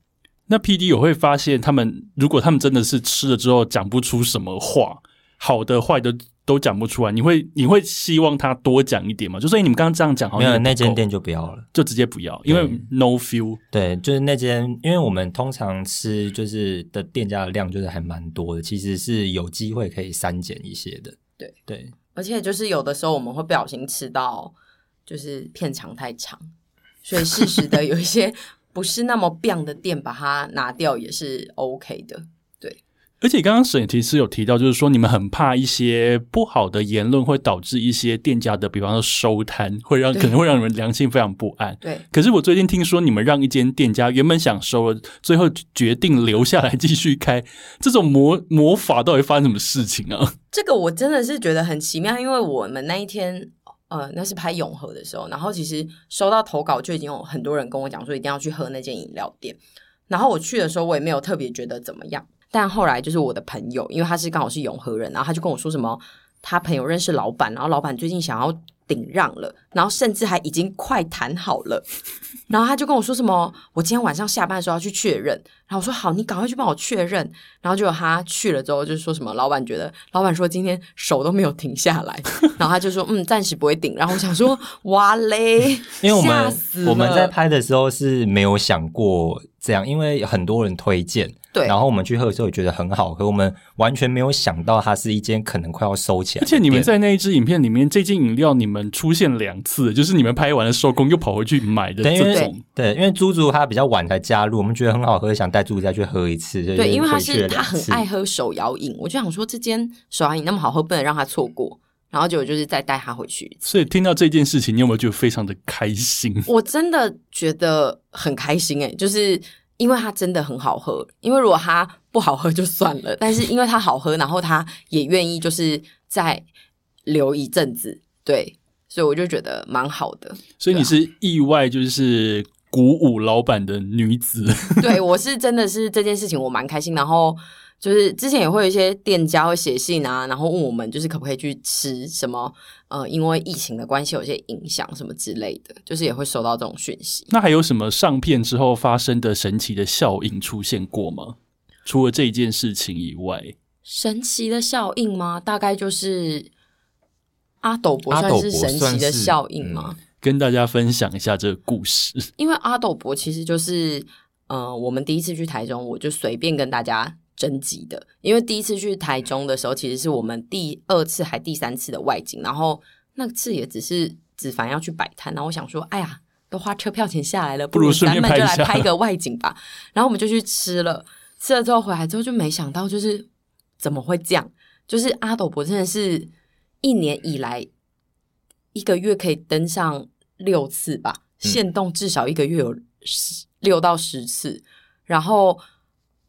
Speaker 1: 那 P D 有会发现，他们如果他们真的是吃了之后讲不出什么话，好的坏的都讲不出来，你会你会希望他多讲一点吗？就所以你们刚刚这样讲，好
Speaker 3: 没
Speaker 1: 像
Speaker 3: 有
Speaker 1: 也不
Speaker 3: 那间
Speaker 1: 够
Speaker 3: 店就不要了。
Speaker 1: 就直接不要，因为 no feel。
Speaker 3: 对，就是那间，因为我们通常吃就是的店家的量就是还蛮多的，其实是有机会可以删减一些的。
Speaker 2: 对
Speaker 3: 对，
Speaker 2: 而且就是有的时候我们会不小心吃到就是片长太长。所以适时的有一些不是那么棒的店把它拿掉也是 OK 的。
Speaker 1: 而且刚刚沈其实有提到，就是说你们很怕一些不好的言论会导致一些店家的，比方说收摊，会让
Speaker 2: 对
Speaker 1: 可能会让你们良心非常不安。
Speaker 2: 对，
Speaker 1: 可是我最近听说，你们让一间店家原本想收了，最后决定留下来继续开，这种魔魔法到底发生什么事情 啊？
Speaker 2: 这个我真的是觉得很奇妙，因为我们那一天。呃，那是拍永和的时候，然后其实收到投稿就已经有很多人跟我讲说一定要去喝那间饮料店，然后我去的时候我也没有特别觉得怎么样，但后来就是我的朋友，因为他是刚好是永和人，然后他就跟我说什么他朋友认识老板，然后老板最近想要顶让了，然后甚至还已经快谈好了，然后他就跟我说什么我今天晚上下班的时候要去确认，然后我说好，你赶快去帮我确认，然后结果他去了之后，就是说什么老板觉得，老板说今天手都没有停下 来，然后他就说嗯，暂时不会顶。然后我想说，哇嘞，
Speaker 3: 因为我
Speaker 2: 吓
Speaker 3: 们
Speaker 2: 死了
Speaker 3: 我们在拍的时候是没有想过这样，因为很多人推荐，
Speaker 2: 对
Speaker 3: 然后我们去喝的时候也觉得很好喝，我们完全没有想到它是一间可能快要收起来
Speaker 1: 而
Speaker 3: 的店。
Speaker 1: 且你们在那一支影片里面，这间饮料你们出现两次，就是你们拍完了收工又跑回去买的
Speaker 3: 对，因
Speaker 1: 这
Speaker 3: 为
Speaker 1: 种。
Speaker 3: 对，因为猪猪他比较晚才加入，我们觉得很好喝，想带猪猪再去喝一次。所以
Speaker 2: 对，
Speaker 3: 就
Speaker 2: 因为他
Speaker 3: 回去
Speaker 2: 是
Speaker 3: 了
Speaker 2: 他
Speaker 3: 两
Speaker 2: 很
Speaker 3: 次
Speaker 2: 爱喝手摇饮，我就想说这间手摇饮那么好喝，不能让他错过。然后结果就是再带他回去一次，
Speaker 1: 所以听到这件事情，你有没有觉得非常的开
Speaker 3: 啊
Speaker 1: 心？
Speaker 2: 我真的觉得很开心诶、就是因为它真的很好喝。因为如果它不好喝就算了，但是因为它好喝，然后他也愿意就是再留一阵子，对，所以我就觉得蛮好的。
Speaker 1: 所以你是意外，就是鼓舞老板的女子。
Speaker 2: 对我是真的是这件事情我蛮开心，然后。就是之前也会有一些店家会写信啊，然后问我们就是可不可以去吃什么，呃，因为疫情的关系有些影响什么之类的，就是也会收到这种讯息。
Speaker 1: 那还有什么上片之后发生的神奇的效应出现过吗？除了这一件事情以外，
Speaker 2: 神奇的效应吗？大概就是阿斗伯
Speaker 4: 阿
Speaker 2: 算
Speaker 4: 斗
Speaker 2: 是
Speaker 4: 伯
Speaker 2: 神奇
Speaker 4: 算
Speaker 2: 的
Speaker 4: 是嗯
Speaker 2: 效应吗？
Speaker 1: 跟大家分享一下这个故事。
Speaker 2: 因为阿斗伯其实就是，呃，我们第一次去台中，我就随便跟大家征集的。因为第一次去台中的时候，其实是我们第二次还第三次的外景，然后那次也只是子凡要去摆摊，然后我想说，哎呀，都花车票钱下来了，
Speaker 1: 不
Speaker 2: 不
Speaker 1: 如
Speaker 2: 如
Speaker 1: 顺
Speaker 2: 咱
Speaker 1: 便
Speaker 2: 们
Speaker 1: 拍一
Speaker 2: 就
Speaker 1: 下
Speaker 2: 来 拍一个外景吧。然后我们就去吃了，吃了之后回来之后就没想到，就是怎么会这样？就是阿斗伯真的是一年以来一个月可以登上六次吧，
Speaker 4: 嗯
Speaker 2: 限动至少一个月有十六到十次。然后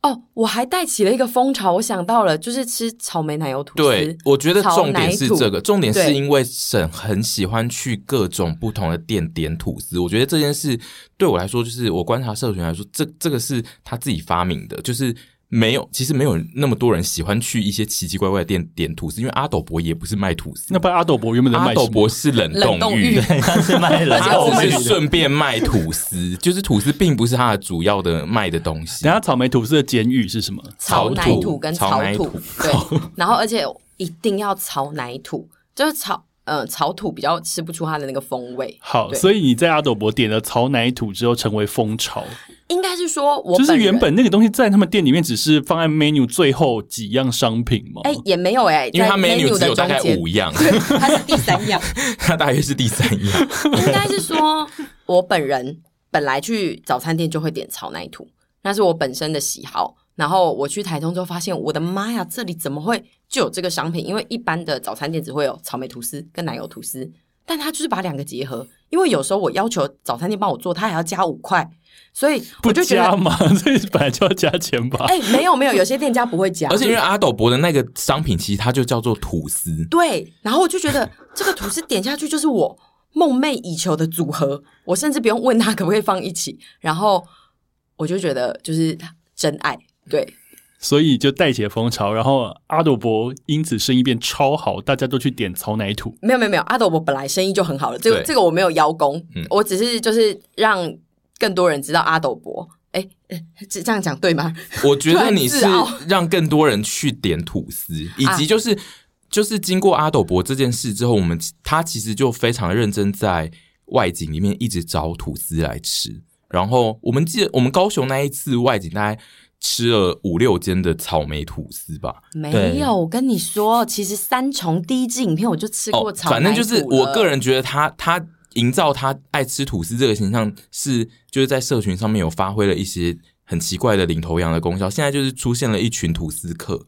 Speaker 2: 哦，我还带起了一个风潮，我想到了，就是吃草莓奶油吐司。
Speaker 4: 对，我觉得重点是
Speaker 2: 草
Speaker 4: 这
Speaker 2: 奶
Speaker 4: 个，
Speaker 2: 吐
Speaker 4: 重点是
Speaker 2: 对
Speaker 4: 因为沈很喜欢去各种不同的店点吐司。我觉得这件事对我来说，就是我观察社群来说，这这个是他自己发明的，就是没有，其实没有那么多人喜欢去一些奇奇怪怪的店点吐司，因为阿斗伯也不是卖吐司，
Speaker 1: 那不然阿斗伯原本在卖
Speaker 4: 阿
Speaker 1: 什么
Speaker 4: 斗伯是冷
Speaker 2: 冷冻
Speaker 4: 玉
Speaker 2: 芋。
Speaker 3: 他是卖冷
Speaker 4: 他
Speaker 3: 冻
Speaker 4: 只是
Speaker 3: 的。
Speaker 4: 顺便卖吐司，就是吐司并不是他的主要的卖的东西
Speaker 1: 等。下草莓吐司的监狱是什么？
Speaker 2: 草
Speaker 4: 草
Speaker 2: 奶
Speaker 4: 土
Speaker 2: 土跟
Speaker 4: 草
Speaker 2: 草
Speaker 4: 奶
Speaker 2: 土
Speaker 4: 土，
Speaker 2: 对，然后而且一定要草奶土，就是草呃草土比较吃不出它的那个风味。
Speaker 1: 好，
Speaker 2: 对
Speaker 1: 所以你在阿斗伯点了草奶吐之后成为风潮，
Speaker 2: 应该是说我
Speaker 1: 就是
Speaker 2: 人
Speaker 1: 原本那个东西在他们店里面只是放在 menu 最后几样商品嘛。
Speaker 2: 哎、也没有哎、
Speaker 4: 因为他
Speaker 2: 在
Speaker 4: menu 只
Speaker 2: 的
Speaker 4: 有大
Speaker 2: 中
Speaker 4: 概
Speaker 2: 间
Speaker 4: 五，样，
Speaker 2: 对，它是第三样。
Speaker 4: 他大约是第三样。
Speaker 2: 应该是说， 我本人本来去早餐店就会点草奶土，那是我本身的喜好。然后我去台中之后，发现我的妈呀，这里怎么会就有这个商品？因为一般的早餐店只会有草莓吐司跟奶油吐司，但它就是把两个结合。因为有时候我要求早餐店帮我做，它还要加五块，所以
Speaker 1: 不
Speaker 2: 我就觉
Speaker 1: 加
Speaker 2: 得，
Speaker 1: 嘛， 这本来就要加钱吧。
Speaker 2: 哎、没有没有，有些店家不会加，
Speaker 4: 而且因为阿斗伯的那个商品，其实它就叫做吐司，
Speaker 2: 对，然后我就觉 得这个吐司点下去就是我梦寐以求的组合，我甚至不用问他可不可以放一起，然后我就觉得就是真爱，对
Speaker 1: 所以就带起了风潮，然后阿斗伯因此生意变超好，大家都去点草奶吐。
Speaker 2: 没有没有没有，阿斗我本来生意就很好了，这个
Speaker 4: 对
Speaker 2: 这个我没有邀功，
Speaker 4: 嗯
Speaker 2: 我只是就是让更多人知道阿斗伯。哎，哎这这样讲对哦吗？
Speaker 4: 我觉得你是
Speaker 2: 突然自傲
Speaker 4: 让更多人去点吐司，以
Speaker 2: 啊
Speaker 4: 及就是、就是经过阿斗伯这件事之后，我们他其实就非常认真在外景里面一直找吐司来吃。然后我们记得我们高雄那一次外景，大概吃了五六间的草莓吐司吧。
Speaker 2: 没
Speaker 3: 对
Speaker 2: 有，我跟你
Speaker 4: 哦
Speaker 2: 说，其实三重第一支影片我就吃过草、
Speaker 4: 反正就是我个，人觉得他他营造他爱吃吐司这个形象是，就是在社群上面有发挥了一些很奇怪的领头羊的功效。现在就是出现了一群吐司客，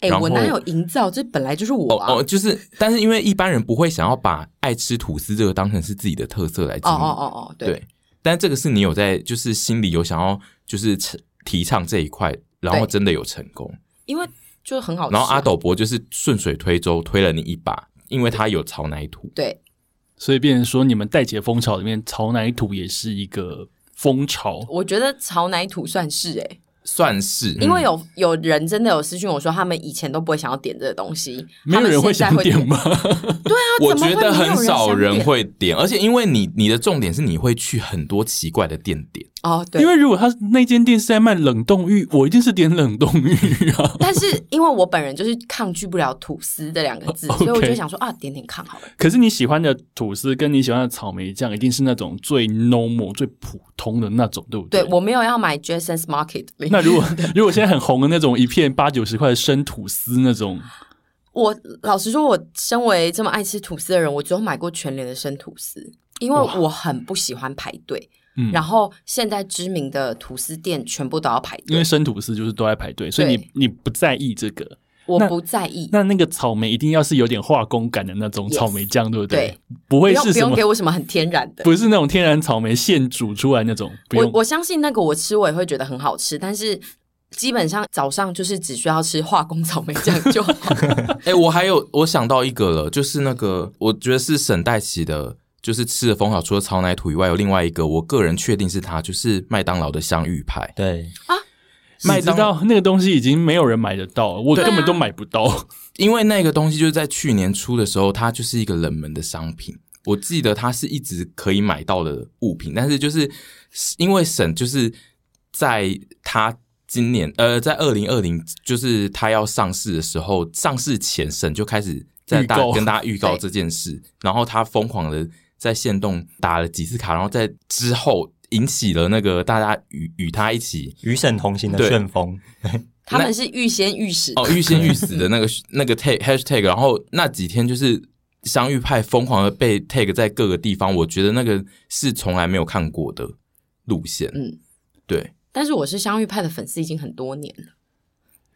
Speaker 2: 哎、
Speaker 4: 然后
Speaker 2: 我哪有营造？这本来就是
Speaker 4: 哦
Speaker 2: 我啊！
Speaker 4: 哦，就是，但是因为一般人不会想要把爱吃吐司这个当成是自己的特色来经
Speaker 2: 哦
Speaker 4: 营，
Speaker 2: 哦哦哦，对，
Speaker 4: 嗯对。但这个是你有在，就是心里有想要，就是提倡这一块，然后
Speaker 2: 对
Speaker 4: 真的有成功。
Speaker 2: 因为就很好吃啊、
Speaker 4: 然后阿斗伯就是顺水推舟推了你一把，因为他有草奶土。
Speaker 2: 对
Speaker 1: 所以变成说，你们带节风潮里面，草奶土也是一个风潮。
Speaker 2: 我觉得草奶土算是哎、
Speaker 4: 算是，
Speaker 1: 嗯
Speaker 4: 嗯
Speaker 2: 因为有有人真的有私讯我说，他们以前都不会想要点这个东西，
Speaker 1: 没有人会想点吗？
Speaker 4: 我
Speaker 2: 怎么
Speaker 4: 觉
Speaker 2: 会没
Speaker 4: 得
Speaker 2: 有
Speaker 4: 很
Speaker 2: 人
Speaker 4: 少
Speaker 2: 想
Speaker 4: 人
Speaker 2: 点
Speaker 4: 会点，而且因为你你的重点是你会去很多奇怪的店点，
Speaker 2: 他们现在会点哦，对，
Speaker 1: 因为如果他那间店是在卖冷冻玉，我一定是点冷冻玉啊。
Speaker 2: 但是因为我本人就是抗拒不了吐司这两个 字，
Speaker 1: OK
Speaker 2: 所以我就想说啊，点点看好了。
Speaker 1: 可是你喜欢的吐司跟你喜欢的草莓酱，一定是那种最 normal、最普通的那种，对不
Speaker 2: 对
Speaker 1: 对
Speaker 2: 我没有要买 Jason's Market 里
Speaker 1: 那如果如果现在很红的那种一片八九十块的生吐司那种，
Speaker 2: 我老实说，我身为这么爱吃吐司的人，我只有买过全联的生吐司，因为我很不喜欢排队。
Speaker 1: 嗯
Speaker 2: 然后现在知名的吐司店全部都要排
Speaker 1: 因为
Speaker 2: 队，
Speaker 1: 生吐司就是都在排队，所以你
Speaker 2: 对
Speaker 1: 你不在意这个。
Speaker 2: 我
Speaker 1: 那
Speaker 2: 不在意。
Speaker 1: 那那个草莓一定要是有点化工感的那种
Speaker 2: Yes
Speaker 1: 草莓酱，对不
Speaker 2: 对？
Speaker 1: 不
Speaker 2: 不
Speaker 1: 会
Speaker 2: 用
Speaker 1: 是
Speaker 2: 不
Speaker 1: 什
Speaker 2: 用
Speaker 1: 么
Speaker 2: 给？我什么很天然的，
Speaker 1: 不是那种天然草莓现煮出来那种，不
Speaker 2: 我
Speaker 1: 用。
Speaker 2: 我相信那个我吃我也会觉得很好吃，但是基本上早上就是只需要吃化工草莓酱就 好。
Speaker 4: 哎、我还有我想到一个了，就是那个我觉得是沈代奇的，就是吃的风好，除了草奶土以外，有另外一个，我个人确定是他，就是麦当劳的香芋派。
Speaker 3: 对，
Speaker 1: 你知道那个东西已经没有人买得到，我
Speaker 2: 对啊
Speaker 1: 根本都买不到。
Speaker 4: 因为那个东西就是在去年出的时候，它就是一个冷门的商品。我记得它是一直可以买到的物品，但是就是因为沈就是在他今年呃，在二零二零就是他要上市的时候，上市前沈就开始在大
Speaker 1: 预告
Speaker 4: 跟大家预告
Speaker 2: 对
Speaker 4: 这件事，然后他疯狂的在线动打了几次卡，然后在之后引起了那个大家与与他一起
Speaker 3: 与沈同行的
Speaker 4: 对
Speaker 3: 旋风，
Speaker 2: 他们是预先预始，
Speaker 4: 哦，欲仙欲死的那个那个 tag hashtag，然后那几天就是香芋派疯狂的被 tag 在各个地方，我觉得那个是从来没有看过的路线。
Speaker 2: 嗯，
Speaker 4: 对。
Speaker 2: 但是我是香芋派的粉丝已经很多年了，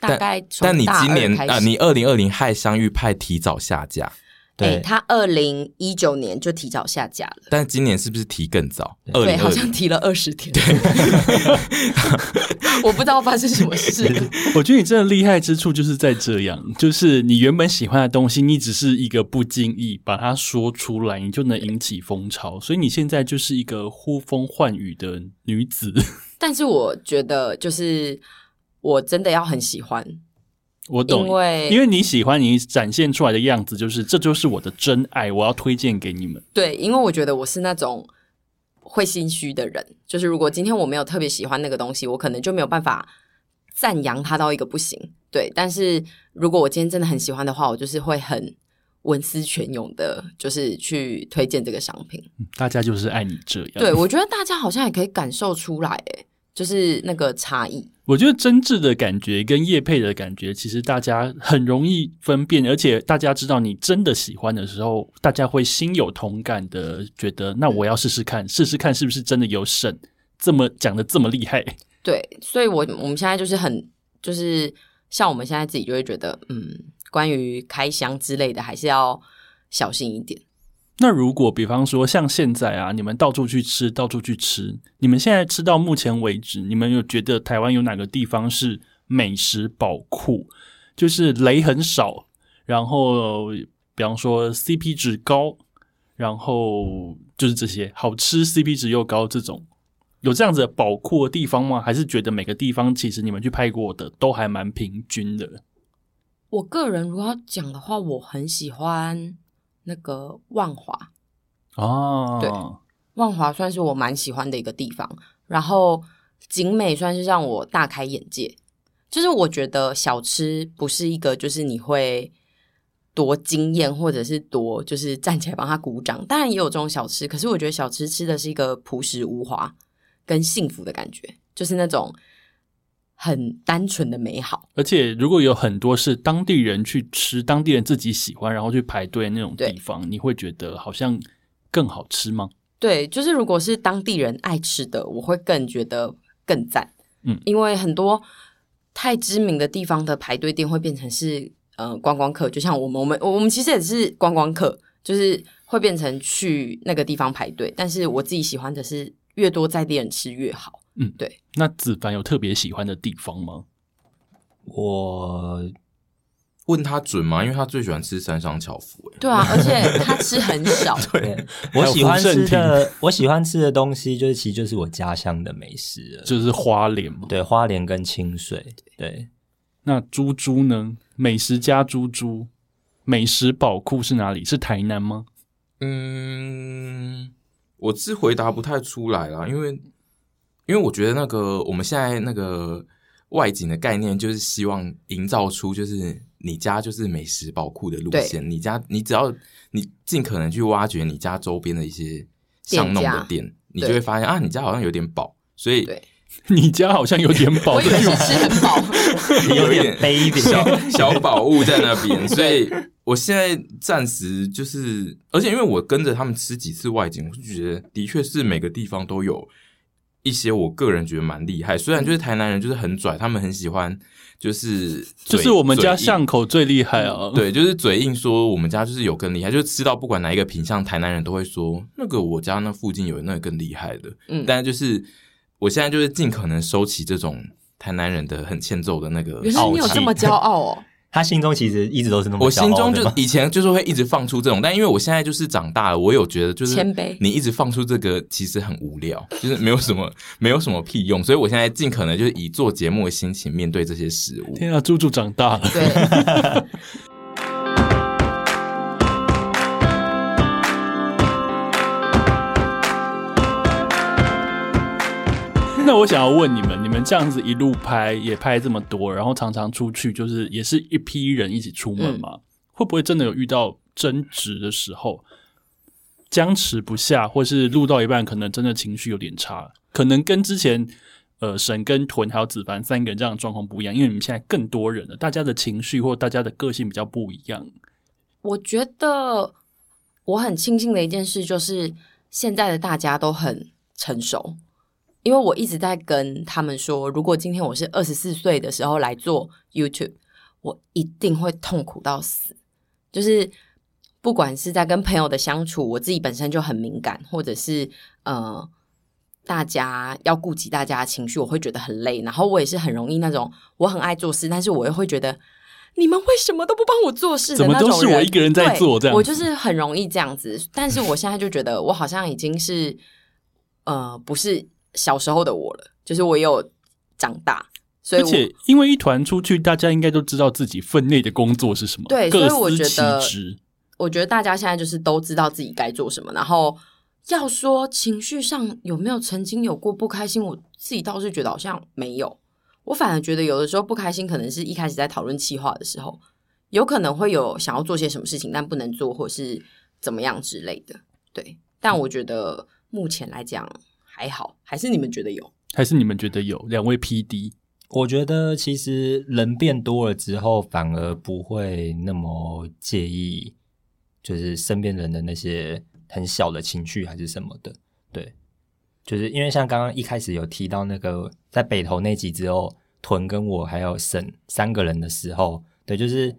Speaker 2: 大
Speaker 4: 但
Speaker 2: 概从
Speaker 4: 但你
Speaker 2: 大
Speaker 4: 今
Speaker 2: 二
Speaker 4: 年
Speaker 2: 开
Speaker 4: 啊、
Speaker 2: 始
Speaker 4: 你二零二零害香芋派提早下架，
Speaker 2: 哎、
Speaker 3: 对，
Speaker 2: 他二零一九年就提早下架了，
Speaker 4: 但今年是不是提更早？二
Speaker 2: 对，
Speaker 4: 零
Speaker 2: 好
Speaker 4: 二
Speaker 2: 像
Speaker 4: 零
Speaker 2: 提了二十天。 我不知道发生什么事，
Speaker 1: 我觉得你真的厉害之处就是在这样，就是你原本喜欢的东西，你只是一个不经意把它说出来，你就能引起风潮。所以你现在就是一个呼风唤雨的女子。
Speaker 2: 但是我觉得就是我真的要很喜欢，
Speaker 1: 我懂，
Speaker 2: 因为
Speaker 1: 因为你喜欢你展现出来的样子，就是这就是我的真爱，我要推荐给你们。
Speaker 2: 对，因为我觉得我是那种会心虚的人，就是如果今天我没有特别喜欢那个东西，我可能就没有办法赞扬它到一个不行。对，但是如果我今天真的很喜欢的话，我就是会很文思泉涌的，就是去推荐这个商品。
Speaker 1: 大家就是爱你这样。
Speaker 2: 对，我觉得大家好像也可以感受出来，诶，就是那个差异。
Speaker 1: 我觉得真挚的感觉跟叶配的感觉，其实大家很容易分辨，而且大家知道你真的喜欢的时候，大家会心有同感的，觉得那我要试试看，试试看是不是真的有沈这么讲的这么厉害。
Speaker 2: 对，所以我我们现在就是很就是像我们现在自己就会觉得，嗯，关于开箱之类的，还是要小心一点。
Speaker 1: 那如果比方说像现在啊，你们到处去吃，到处去吃，你们现在吃到目前为止，你们有觉得台湾有哪个地方是美食宝库，就是雷很少，然后比方说 CP 值高，然后就是这些好吃 CP 值又高这种，有这样子的宝库的地方吗？还是觉得每个地方其实你们去拍过的都还蛮平均的？
Speaker 2: 我个人如果要讲的话，我很喜欢那个万华，
Speaker 1: 哦，
Speaker 2: 对万华算是我蛮喜欢的一个地方。然后景美算是让我大开眼界，就是我觉得小吃不是一个就是你会多惊艳，或者是多就是站起来帮他鼓掌。当然也有这种小吃，可是我觉得小吃吃的是一个朴实无华跟幸福的感觉，就是那种很单纯的美好。
Speaker 1: 而且如果有很多是当地人去吃，当地人自己喜欢，然后去排队那种地方，你会觉得好像更好吃吗？
Speaker 2: 对，就是如果是当地人爱吃的，我会更觉得更赞。
Speaker 1: 嗯
Speaker 2: 因为很多太知名的地方的排队店会变成是呃观光客，就像我们我们我我们其实也是观光客，就是会变成去那个地方排队。但是我自己喜欢的是越多在地人吃越好。
Speaker 1: 那子凡有特别喜欢的地方吗？
Speaker 3: 我
Speaker 4: 问他准吗？因为他最喜欢吃三商巧福、欸，
Speaker 2: 对啊，而且他吃很少，
Speaker 3: 对
Speaker 1: 还
Speaker 3: 我
Speaker 1: 有
Speaker 3: 喜欢
Speaker 1: 福盛
Speaker 3: 吃
Speaker 1: 亭
Speaker 3: 的， 我喜欢吃的东西就是其实就是我家乡的美食了，
Speaker 1: 就是花莲嘛。
Speaker 3: 呃对花莲跟清水，对
Speaker 1: 那猪猪呢？美食家猪猪，美食宝库是哪里？是台南吗？
Speaker 4: 嗯，我是回答不太出来啦，因为因为我觉得那个我们现在那个外景的概念，就是希望营造出就是你家就是美食宝库的路线，你家你只要你尽可能去挖掘你家周边的一些巷弄的店，你就会发现啊，你家好像有点饱，所以
Speaker 2: 对
Speaker 1: 你家好像有点饱
Speaker 2: 我以为是吃很饱。
Speaker 4: 有
Speaker 3: 点卑
Speaker 4: 一
Speaker 3: 鄙
Speaker 4: 小小宝物在那边，所以我现在暂时就是，而且因为我跟着他们吃几次外景，我就觉得的确是每个地方都有一些我个人觉得蛮厉害。虽然就是台南人就是很拽，他们很喜欢就是
Speaker 1: 就
Speaker 4: 嘴
Speaker 1: 是我们家
Speaker 4: 嘴硬
Speaker 1: 巷口最厉害啊！，
Speaker 4: 对，就是嘴硬说我们家就是有更厉害，就是吃到不管哪一个品相，台南人都会说那个我家那附近有那个更厉害的。
Speaker 2: 嗯
Speaker 4: 但就是我现在就是尽可能收起这种台南人的很欠揍的那个
Speaker 2: 原来
Speaker 4: 傲
Speaker 2: 你有
Speaker 4: 气
Speaker 2: 这。么骄傲哦，
Speaker 3: 他心中其实一直都是那么
Speaker 4: 我
Speaker 3: 骄傲
Speaker 4: 心中
Speaker 3: 的
Speaker 4: 就
Speaker 3: 嘛
Speaker 4: 以前就是会一直放出这种，但因为我现在就是长大了，我有觉得就是
Speaker 2: 谦卑
Speaker 4: 你一直放出这个其实很无聊，就是没有什么没有什么屁用，所以我现在尽可能就是以做节目的心情面对这些事物。
Speaker 1: 天啊，猪猪长大了。
Speaker 2: 对，
Speaker 1: 那我想要问你们，你们这样子一路拍也拍这么多，然后常常出去，就是也是一批人一起出门嘛，
Speaker 2: 嗯
Speaker 1: 会不会真的有遇到争执的时候，僵持不下，或是录到一半可能真的情绪有点差，可能跟之前呃沈跟屯还有子凡三个人这样的状况不一样，因为你们现在更多人了，大家的情绪或大家的个性比较不一样。
Speaker 2: 我觉得我很庆幸的一件事就是，现在的大家都很成熟。因为我一直在跟他们说，如果今天我是二十四岁的时候来做 YouTube，我一定会痛苦到死。就是不管是在跟朋友的相处，我自己本身就很敏感，或者是呃，大家要顾及大家的情绪，我会觉得很累。然后我也是很容易那种，我很爱做事，但是我又会觉得你们为什么都不帮我做事的
Speaker 1: 怎么
Speaker 2: 那种
Speaker 1: 都
Speaker 2: 人，
Speaker 1: 是我一个人在做
Speaker 2: 对
Speaker 1: 这样
Speaker 2: 我就是很容易这样子。但是我现在就觉得，我好像已经是呃，不是小时候的我了，就是我也有长大，所以
Speaker 1: 而
Speaker 2: 我
Speaker 1: 且，因为一团出去，大家应该都知道自己分内的工作是什么，
Speaker 2: 对
Speaker 1: 各
Speaker 2: 所以我
Speaker 1: 司
Speaker 2: 觉
Speaker 1: 其
Speaker 2: 得
Speaker 1: 职。
Speaker 2: 我觉得大家现在就是都知道自己该做什么，然后要说情绪上有没有曾经有过不开心，我自己倒是觉得好像没有。我反而觉得有的时候不开心，可能是一开始在讨论企划的时候，有可能会有想要做些什么事情，但不能做，或是怎么样之类的。对，但我觉得目前来讲还好，还是你们觉得有？
Speaker 1: 还是你们觉得有两位 P D
Speaker 3: 我觉得其实人变多了之后，反而不会那么介意，就是身边人的那些很小的情绪还是什么的。对，就是因为像刚刚一开始有提到那个在北投那集之后，屯跟我还有沈三个人的时候，对，就是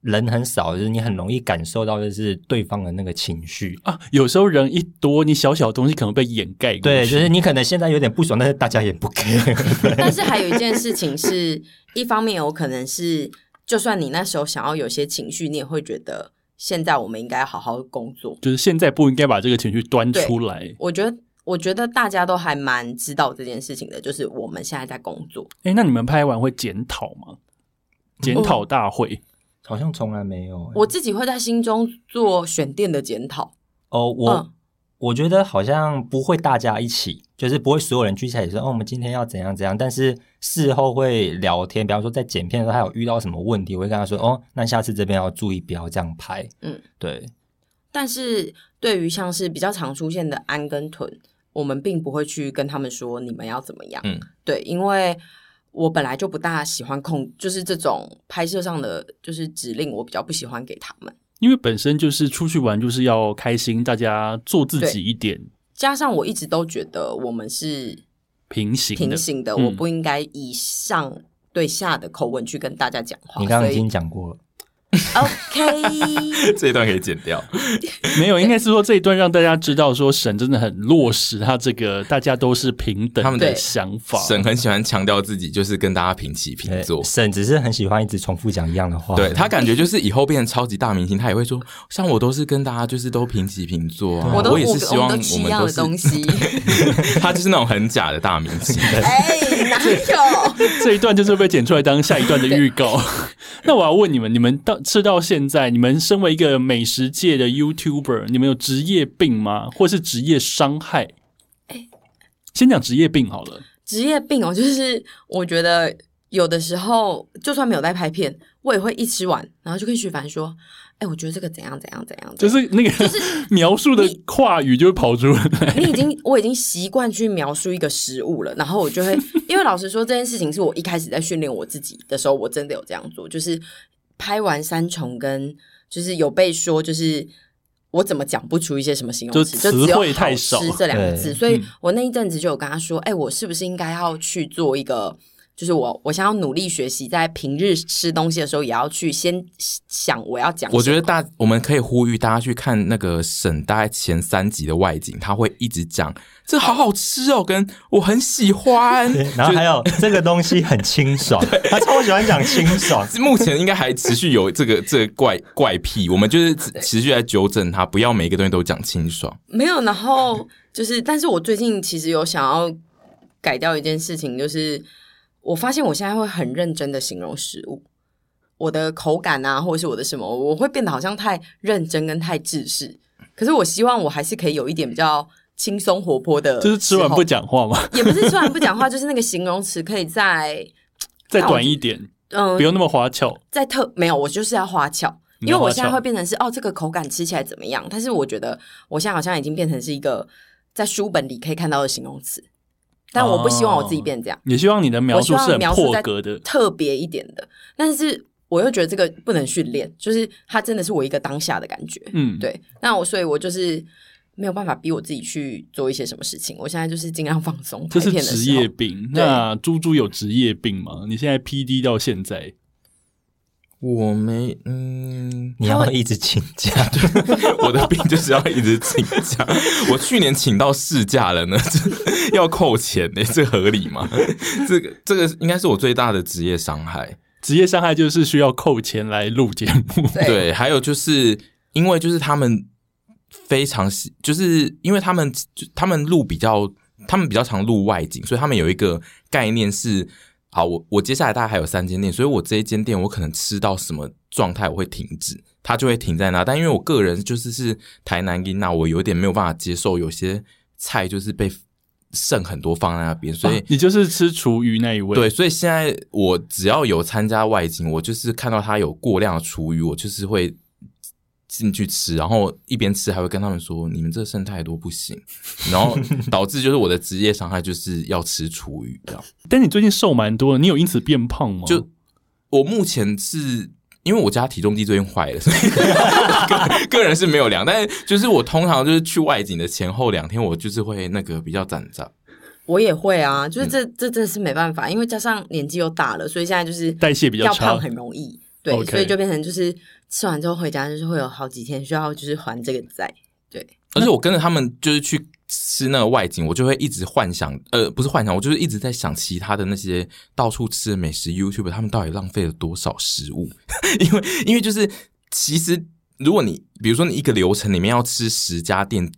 Speaker 3: 人很少，就是你很容易感受到就是对方的那个情绪。
Speaker 1: 啊？有时候人一多，你小小的东西可能被掩盖过去。
Speaker 3: 对，就是你可能现在有点不爽，但是大家也不 care。
Speaker 2: 但是还有一件事情是，一方面有可能是，就算你那时候想要有些情绪，你也会觉得现在我们应该好好工作。
Speaker 1: 就是现在不应该把这个情绪端出来。
Speaker 2: 我觉得，我觉得大家都还蛮知道这件事情的，就是我们现在在工作。
Speaker 1: 哎，那你们拍完会检讨
Speaker 3: 哦
Speaker 1: 吗？检讨大会，
Speaker 3: 好像从来没有欸、
Speaker 2: 我自己会在心中做选店的检讨。
Speaker 3: 哦，我、
Speaker 2: 嗯
Speaker 3: 我觉得好像不会大家一起，就是不会所有人聚起来说，哦，我们今天要怎样怎样。但是事后会聊天，比方说在剪片的时候，他有遇到什么问题，我会跟他说，哦，那下次这边要注意，不要这样拍。
Speaker 2: 嗯，
Speaker 3: 对，
Speaker 2: 但是对于像是比较常出现的安跟屯，我们并不会去跟他们说你们要怎么样。
Speaker 4: 嗯，
Speaker 2: 对，因为我本来就不大喜欢控，就是这种拍摄上的就是指令，我比较不喜欢给他们。
Speaker 1: 因为本身就是出去玩就是要开心，大家做自己一点，
Speaker 2: 加上我一直都觉得我们是
Speaker 1: 平行的
Speaker 2: 平行的，
Speaker 1: 嗯
Speaker 2: 我不应该以上对下的口吻去跟大家讲话。
Speaker 3: 你刚刚
Speaker 2: 所
Speaker 3: 已
Speaker 2: 以
Speaker 3: 经讲过了，
Speaker 2: OK，
Speaker 4: 这一段可以剪掉。
Speaker 1: 没有，应该是说这一段让大家知道说神真的很落实他这个大家都是平等
Speaker 4: 他们
Speaker 1: 的
Speaker 2: 对
Speaker 1: 想法。
Speaker 4: 沈很喜欢强调自己就是跟大家平起平
Speaker 3: 对
Speaker 4: 坐，
Speaker 3: 沈只是很喜欢一直重复讲一样的话，
Speaker 4: 对他感觉就是以后变成超级大明星，他也会说，像我都是跟大家就是都平起平坐啊，
Speaker 2: 我都
Speaker 4: 也
Speaker 2: 我
Speaker 4: 是希
Speaker 2: 我
Speaker 4: 望我
Speaker 2: 们
Speaker 4: 们
Speaker 2: 都吃一样
Speaker 4: 都
Speaker 2: 的
Speaker 4: 是，
Speaker 2: 东西。
Speaker 4: 他就是那种很假的大明星。
Speaker 2: 哎，哪有？
Speaker 1: 这一段就是被剪出来当下一段的预告。 那我要问你们，你们到吃到现在，你们身为一个美食界的 YouTuber，你们有职业病吗？或是职业伤害？
Speaker 2: 哎
Speaker 1: 先讲职业病好了。
Speaker 2: 职业病哦，就是我觉得有的时候就算没有在拍片，我也会一吃完，然后就跟徐凡说：“哎，我觉得这个怎样怎样怎样。”
Speaker 1: 就是那个、 描述的跨语就会跑出来。
Speaker 2: 你已经，我已经习惯去描述一个食物了，然后我 就会，因为老实说，这件事情是我一开始在训练我自己的时候，我真的有这样做，就是拍完三重跟就是有被说，就是我怎么讲不出一些什么形容词，
Speaker 1: 就
Speaker 2: 就
Speaker 1: 词
Speaker 2: 只有
Speaker 1: 汇太
Speaker 2: 好
Speaker 1: 少嗯
Speaker 2: 吃这两个
Speaker 3: 对
Speaker 2: 字，所以我那一阵子就有跟他说，哎、我是不是应该要去做一个？就是我，我想要努力学习，在平日吃东西的时候，也要去先想我要讲什么。
Speaker 4: 我觉得大我们可以呼吁大家去看那个沈大概前三集的外景，他会一直讲这好好吃哦，跟我很喜欢。
Speaker 3: 对 然后还有这个东西很清爽，他超喜欢讲清爽，
Speaker 4: 目前应该还持续有这个 这个怪怪癖，我们就是持续在纠正他，不要每一个东西都讲清爽。
Speaker 2: 没有，然后就是，但是我最近其实有想要改掉一件事情，就是我发现我现在会很认真的形容食物，我的口感啊，或者是我的什么，我会变得好像太认真跟太制式。可是我希望我还是可以有一点比较轻松活泼的时候，
Speaker 1: 就是吃完
Speaker 2: 哦
Speaker 1: 不讲话嘛，
Speaker 2: 也不是吃完不讲话，就是那个形容词可以在
Speaker 1: 再短一点，
Speaker 2: 嗯
Speaker 1: 不用那么花俏。
Speaker 2: 在特没有，我就是要花俏，
Speaker 1: 你
Speaker 2: 因为
Speaker 1: 要花俏
Speaker 2: 我现在会变成是哦，这个口感吃起来怎么样？但是我觉得我现在好像已经变成是一个在书本里可以看到的形容词，但我不希望我自己变这样，
Speaker 1: 也希望你的描
Speaker 2: 我希
Speaker 1: 述是
Speaker 2: 望
Speaker 1: 很
Speaker 2: 描述
Speaker 1: 破
Speaker 2: 在
Speaker 1: 格的，
Speaker 2: 特别一点的，但是我又觉得这个不能训练，就是它真的是我一个当下的感觉，
Speaker 1: 嗯，，
Speaker 2: 对，那我所以我就是。没有办法逼我自己去做一些什么事情，我现在就是尽量放松。
Speaker 1: 这是
Speaker 2: 拍片的
Speaker 1: 职
Speaker 2: 时候
Speaker 1: 业病。那猪猪有职业病吗？你现在 P D 到现在，
Speaker 4: 我没嗯，
Speaker 3: 你要一直请假，
Speaker 4: 我的病就是要一直请假。我去年请到事假了呢， 这要扣钱呢、这合理吗？这个这个应该是我最大的职业伤害。
Speaker 1: 职业伤害就是需要扣钱来录节目。
Speaker 2: 对
Speaker 4: 对，还有就是因为就是他们非常喜，就是因为他们就他们录比较，他们比较常录外景，所以他们有一个概念是。好，我我接下来大概还有三间店，所以我这一间店我可能吃到什么状态我会停止，它就会停在那。但因为我个人就是是台南音那，我有点没有办法接受有些菜就是被剩很多放在那边，所以、
Speaker 1: 啊 你就是吃厨余那一位，
Speaker 4: 对，，所以现在我只要有参加外景，我就是看到他有过量的厨余，我就是会进去吃，然后一边吃还会跟他们说：“你们这剩太多不行。”然后导致就是我的职业伤害就是要吃厨余，这样。
Speaker 1: 但你最近瘦蛮多的，你有因此变胖吗？
Speaker 4: 就我目前是。因为我家体重计最近坏了，所以 个个人是没有量，但是就是我通常就是去外景的前后两天，我就是会那个比较攒着。
Speaker 2: 我也会啊，就是
Speaker 1: 嗯
Speaker 2: 这、这真的是没办法，因为加上年纪又大了，所以现在就是
Speaker 1: 代谢比较
Speaker 2: 要
Speaker 1: 差
Speaker 2: 胖很容易，对
Speaker 1: OK
Speaker 2: 所以就变成就是吃完之后回家就是会有好几天需要就是还这个债，对，
Speaker 4: 而且我跟着他们就是去吃那个外景，我就会一直幻想，呃，不是幻想，我就是一直在想其他的那些到处吃的美食 YouTube，他们到底浪费了多少食物？ 因为因为就是其实如果你比如说你一个流程里面要吃十家店。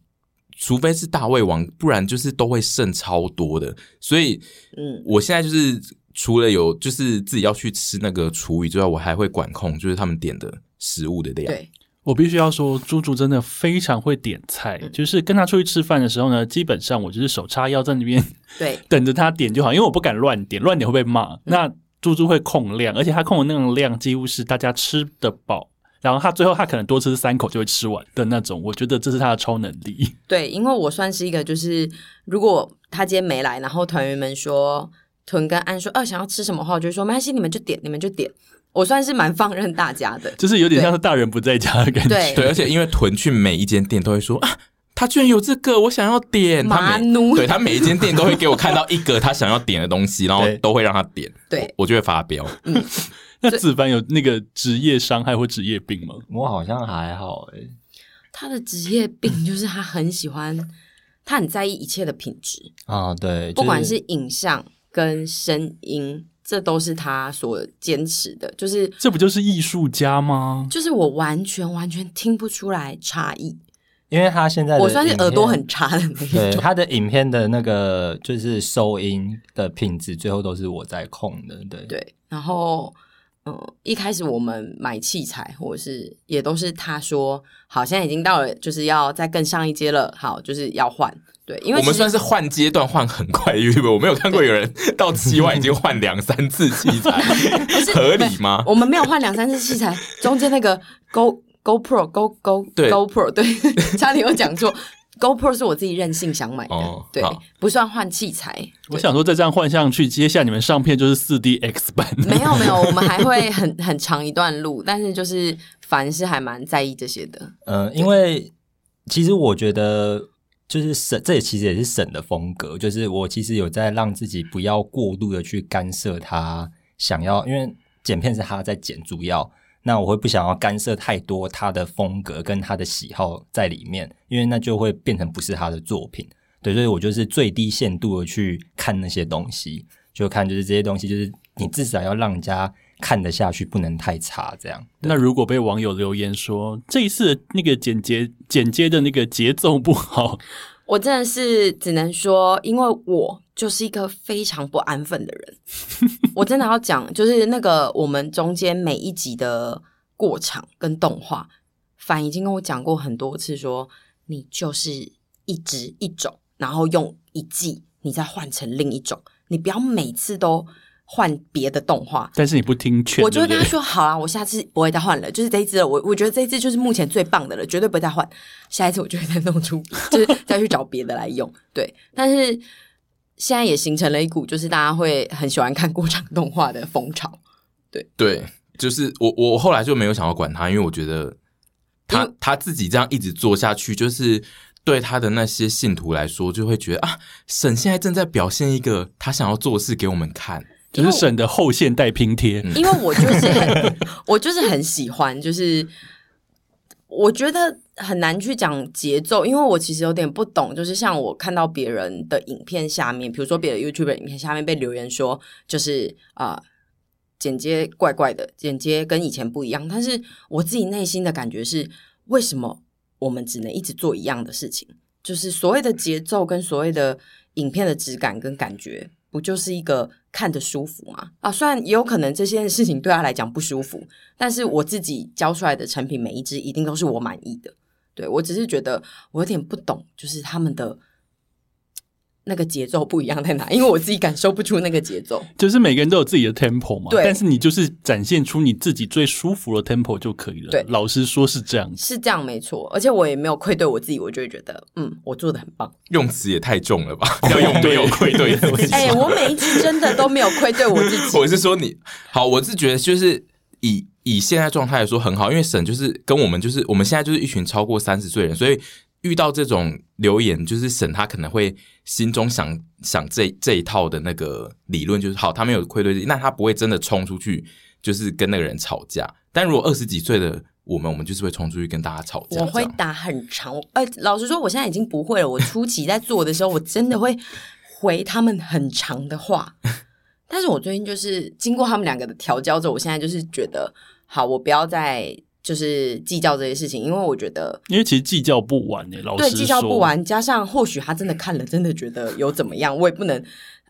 Speaker 4: 除非是大胃王，不然就是都会剩超多的。所以
Speaker 2: 嗯，
Speaker 4: 我现在就是除了有就是自己要去吃那个厨余之外，我还会管控就是他们点的食物的量。
Speaker 2: 对，
Speaker 1: 我必须要说，猪猪真的非常会点菜。就是跟他出去吃饭的时候呢，基本上我就是手叉腰在那边
Speaker 2: 对，
Speaker 1: 等着他点就好，因为我不敢乱点，乱点会被骂。那猪猪会控量，而且他控的那种量几乎是大家吃得饱，然后他最后他可能多吃三口就会吃完的那种。我觉得这是他的超能力。
Speaker 2: 对，因为我算是一个，就是如果他今天没来，然后团员们说屯跟安说，哦、想要吃什么的话，我就会说没关系，你们就点，你们就点。我算是蛮放任大 家的。
Speaker 1: 就是有点像是大人不在家的感觉。
Speaker 2: 对
Speaker 4: 对，而且因为屯去每一间店都会说啊，他居然有这个，我想要点。他
Speaker 2: 麻
Speaker 4: 每
Speaker 2: 奴
Speaker 4: 对他每一间店都会给我看到一个他想要点的东西，然后
Speaker 3: 对
Speaker 4: 都会让他点，
Speaker 2: 对，
Speaker 4: 我就会发飙。
Speaker 1: 那子凡有那个职业伤害或职业病吗？
Speaker 3: 我好像还好欸诶、
Speaker 2: 他的职业病就是他很喜欢，他很在意一切的品质，
Speaker 3: 啊，对，
Speaker 2: 不管是影像跟声音，这都是他所坚持的。就是
Speaker 1: 这不就是艺术家吗？
Speaker 2: 就是我完全完全听不出来差异，
Speaker 3: 因为他现在的
Speaker 2: 我算是
Speaker 3: 影片
Speaker 2: 耳朵很差的 那一
Speaker 3: 对
Speaker 2: 种。
Speaker 3: 他的影片的那个就是收音的品质，最后都是我在控的，对
Speaker 2: 对，然后嗯、呃一开始我们买器材或者是也都是他说，好，现在已经到了，就是要再更上一阶了，好，就是要换。对，因为
Speaker 4: 我们
Speaker 2: 其实
Speaker 4: 算是换阶段换很快，因为我没有看过有人到七万已经换两三次器材， 合理吗？
Speaker 2: 我们没有换两三次器材，中间那个 Go GoPro Go Go
Speaker 4: 对
Speaker 2: GoPro 对， 差点有讲错。GoPro 是我自己任性想买的，
Speaker 4: 哦
Speaker 2: 对
Speaker 4: 好，
Speaker 2: 不算换器材。
Speaker 1: 我想说，再这样换上去，接下来你们上片就是四 D X 版。
Speaker 2: 没有没有，我们还会很 很长一段路，但是就是凡是还蛮在意这些的。
Speaker 3: 呃，因为其实我觉得就是沈，这也其实也是沈的风格，就是我其实有在让自己不要过度的去干涉他想要，因为剪片是他在剪，主要那我会不想要干涉太多他的风格跟他的喜好在里面，因为那就会变成不是他的作品。对，所以我就是最低限度的去看那些东西，就看就是这些东西，就是你至少要让人家看得下去，不能太差这样。
Speaker 1: 那如果被网友留言说这一次的那个剪接剪接的那个节奏不好，
Speaker 2: 我真的是只能说，因为我就是一个非常不安分的人。我真的要讲，就是那个我们中间每一集的过场跟动画，凡已经跟我讲过很多次说你就是一只一种，然后用一季你再换成另一种，你不要每次都换别的动画，
Speaker 1: 但是你不听劝，
Speaker 2: 我就会
Speaker 1: 对
Speaker 2: 跟
Speaker 1: 不对
Speaker 2: 他说：“好啊，我下次不会再换了，就是这一只了。我我觉得这一只就是目前最棒的了，绝对不会再换。下一次我就会再弄出， 就是再去找别的来用。对，但是现在也形成了一股就是大家会很喜欢看过场动画的风潮，
Speaker 4: 对，就是我我后来就没有想要管他，因为我觉得他
Speaker 2: 因为
Speaker 4: 他自己这样一直做下去，就是对他的那些信徒来说，就会觉得啊，沈现在正在表现一个他想要做的事给我们看。
Speaker 1: 就是省的后现代拼贴。
Speaker 2: 因为我就是很我就是很喜欢，就是我觉得很难去讲节奏，因为我其实有点不懂，就是像我看到别人的影片下面，比如说别的 YouTube 影片下面被留言说，就是啊、呃剪接怪怪的，剪接跟以前不一样，但是我自己内心的感觉是，为什么我们只能一直做一样的事情？就是所谓的节奏跟所谓的影片的质感跟感觉，不就是一个看着舒服吗？啊，虽然也有可能这件事情对他来讲不舒服，但是我自己教出来的成品每一支一定都是我满意的。对我只是觉得我有点不懂，就是他们的那个节奏不一样在哪，因为我自己感受不出那个节奏。
Speaker 1: 就是每个人都有自己的 tempo 嘛，
Speaker 2: 对
Speaker 1: 但是你就是展现出你自己最舒服的 tempo 就可以了。
Speaker 2: 对
Speaker 1: 老实说是这样子。
Speaker 2: 是这样没错，而且我也没有愧对我自己，我就会觉得，嗯，我做的很棒。
Speaker 4: 用词也太重了吧？要用没有愧对自己。
Speaker 2: 哎、我每一次真的都没有愧对我自己。
Speaker 4: 我是说你好，我是觉得就是以以现在状态来说很好，因为沈就是跟我们就是我们现在就是一群超过三十岁的人，所以遇到这种留言，就是沈他可能会心中想想这这一套的那个理论，就是好，他没有愧对自己，那他不会真的冲出去就是跟那个人吵架。但如果二十几岁的我们，我们就是会冲出去跟大家吵架这
Speaker 2: 我
Speaker 4: 样。
Speaker 2: 会打很长，哎、老实说，我现在已经不会了。我初期在做的时候，我真的会回他们很长的话，但是我最近就是经过他们两个的调教之后，我现在就是觉得，好，我不要再就是计较这些事情，因为我觉得
Speaker 1: 因为其实计较不完诶、老实
Speaker 2: 对
Speaker 1: 说，
Speaker 2: 计较不完，加上或许他真的看了，真的觉得有怎么样，我也不能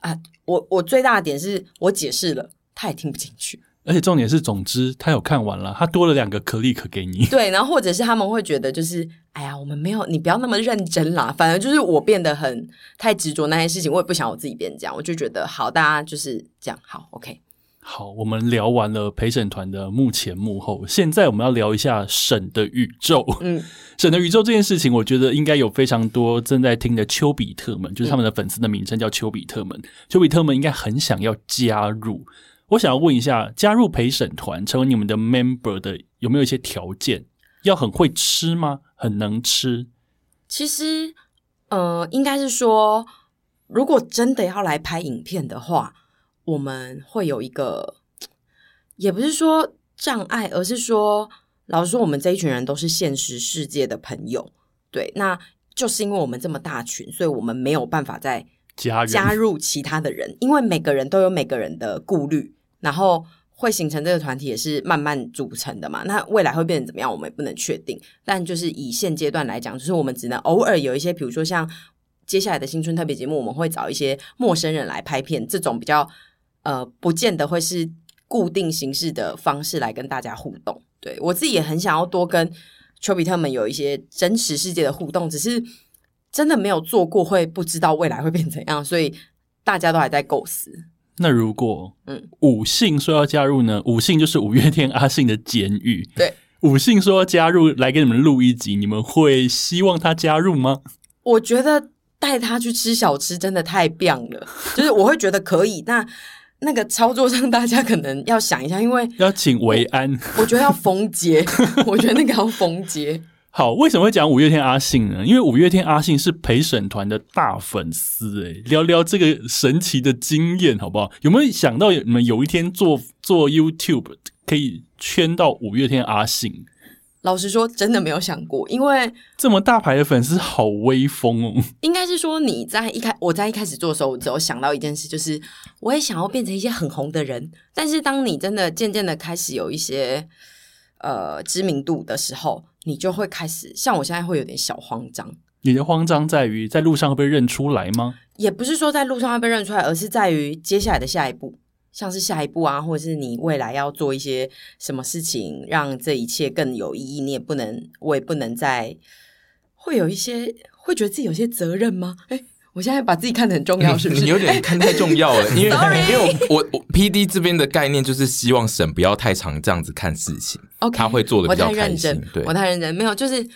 Speaker 2: 啊。我我最大的点是我解释了，他也听不进去。
Speaker 1: 而且重点是，总之他有看完了，他多了两个 click 给你。
Speaker 2: 对，然后或者是他们会觉得就是，哎呀，我们没有，你不要那么认真啦。反而就是我变得很太执着那件事情，我也不想我自己变这样，我就觉得好，大家就是这样，好，OK。
Speaker 1: 好，我们聊完了陪审团的幕前幕后，现在我们要聊一下沈的宇宙。
Speaker 2: 嗯，
Speaker 1: 沈的宇宙这件事情，我觉得应该有非常多正在听的丘比特们，就是他们的粉丝的名称叫丘比特们。丘比特们应该很想要加入。我想要问一下，加入陪审团成为你们的 member 的有没有一些条件？要很会吃吗？很能吃？
Speaker 2: 其实，呃，应该是说，如果真的要来拍影片的话，我们会有一个，也不是说障碍，而是说，老实说，我们这一群人都是现实世界的朋友，对，那就是因为我们这么大群，所以我们没有办法在
Speaker 1: 家人
Speaker 2: 加入其他的人，因为每个人都有每个人的顾虑，然后会形成这个团体也是慢慢组成的嘛。那未来会变成怎么样，我们也不能确定。但就是以现阶段来讲，就是我们只能偶尔有一些，比如说像接下来的新春特别节目，我们会找一些陌生人来拍片，这种比较呃，不见得会是固定形式的方式来跟大家互动。对我自己也很想要多跟丘比特们有一些真实世界的互动，只是真的没有做过，会不知道未来会变怎样，所以大家都还在构思。
Speaker 1: 那如果
Speaker 2: 嗯
Speaker 1: 五姓说要加入呢？五姓就是五月天阿信的监狱。
Speaker 2: 对，
Speaker 1: 五姓说要加入来给你们录一集，你们会希望他加入吗？
Speaker 2: 我觉得带他去吃小吃真的太棒了，就是我会觉得可以。那那个操作上，大家可能要想一下，因为
Speaker 1: 要请维安。
Speaker 2: 我觉得要封街， 我觉得那个要封街。
Speaker 1: 好，为什么会讲五月天阿信呢？因为五月天阿信是陪审团的大粉丝诶、聊聊这个神奇的经验好不好？有没有想到你们有一天做做 YouTube 可以圈到五月天阿信
Speaker 2: 老实说，真的没有想过，因为
Speaker 1: 这么大牌的粉丝，好威风哦！
Speaker 2: 应该是说你在一开我在一开始做的时候，我只有想到一件事，就是我也想要变成一些很红的人。但是当你真的渐渐的开始有一些呃知名度的时候，你就会开始像我现在会有点小慌张，
Speaker 1: 你的慌张在于在路上会被认出来吗？
Speaker 2: 也不是说在路上会被认出来，而是在于接下来的下一步，像是下一步啊，或者是你未来要做一些什么事情，让这一切更有意义。你也不能，我也不能再会有一些会觉得自己有些责任吗？哎，我现在把自己看得很重要，是不
Speaker 4: 你
Speaker 2: 是？
Speaker 4: 有点看太重要了，因为
Speaker 2: Sorry
Speaker 4: 因为我我我 P D 这边的概念就是希望沈不要太常这样子看事情，
Speaker 2: OK，
Speaker 4: 他会做的
Speaker 2: 我
Speaker 4: 比较
Speaker 2: 太
Speaker 4: 开
Speaker 2: 认
Speaker 4: 心
Speaker 2: 真。，
Speaker 4: 对
Speaker 2: 我，太认真，没有就是，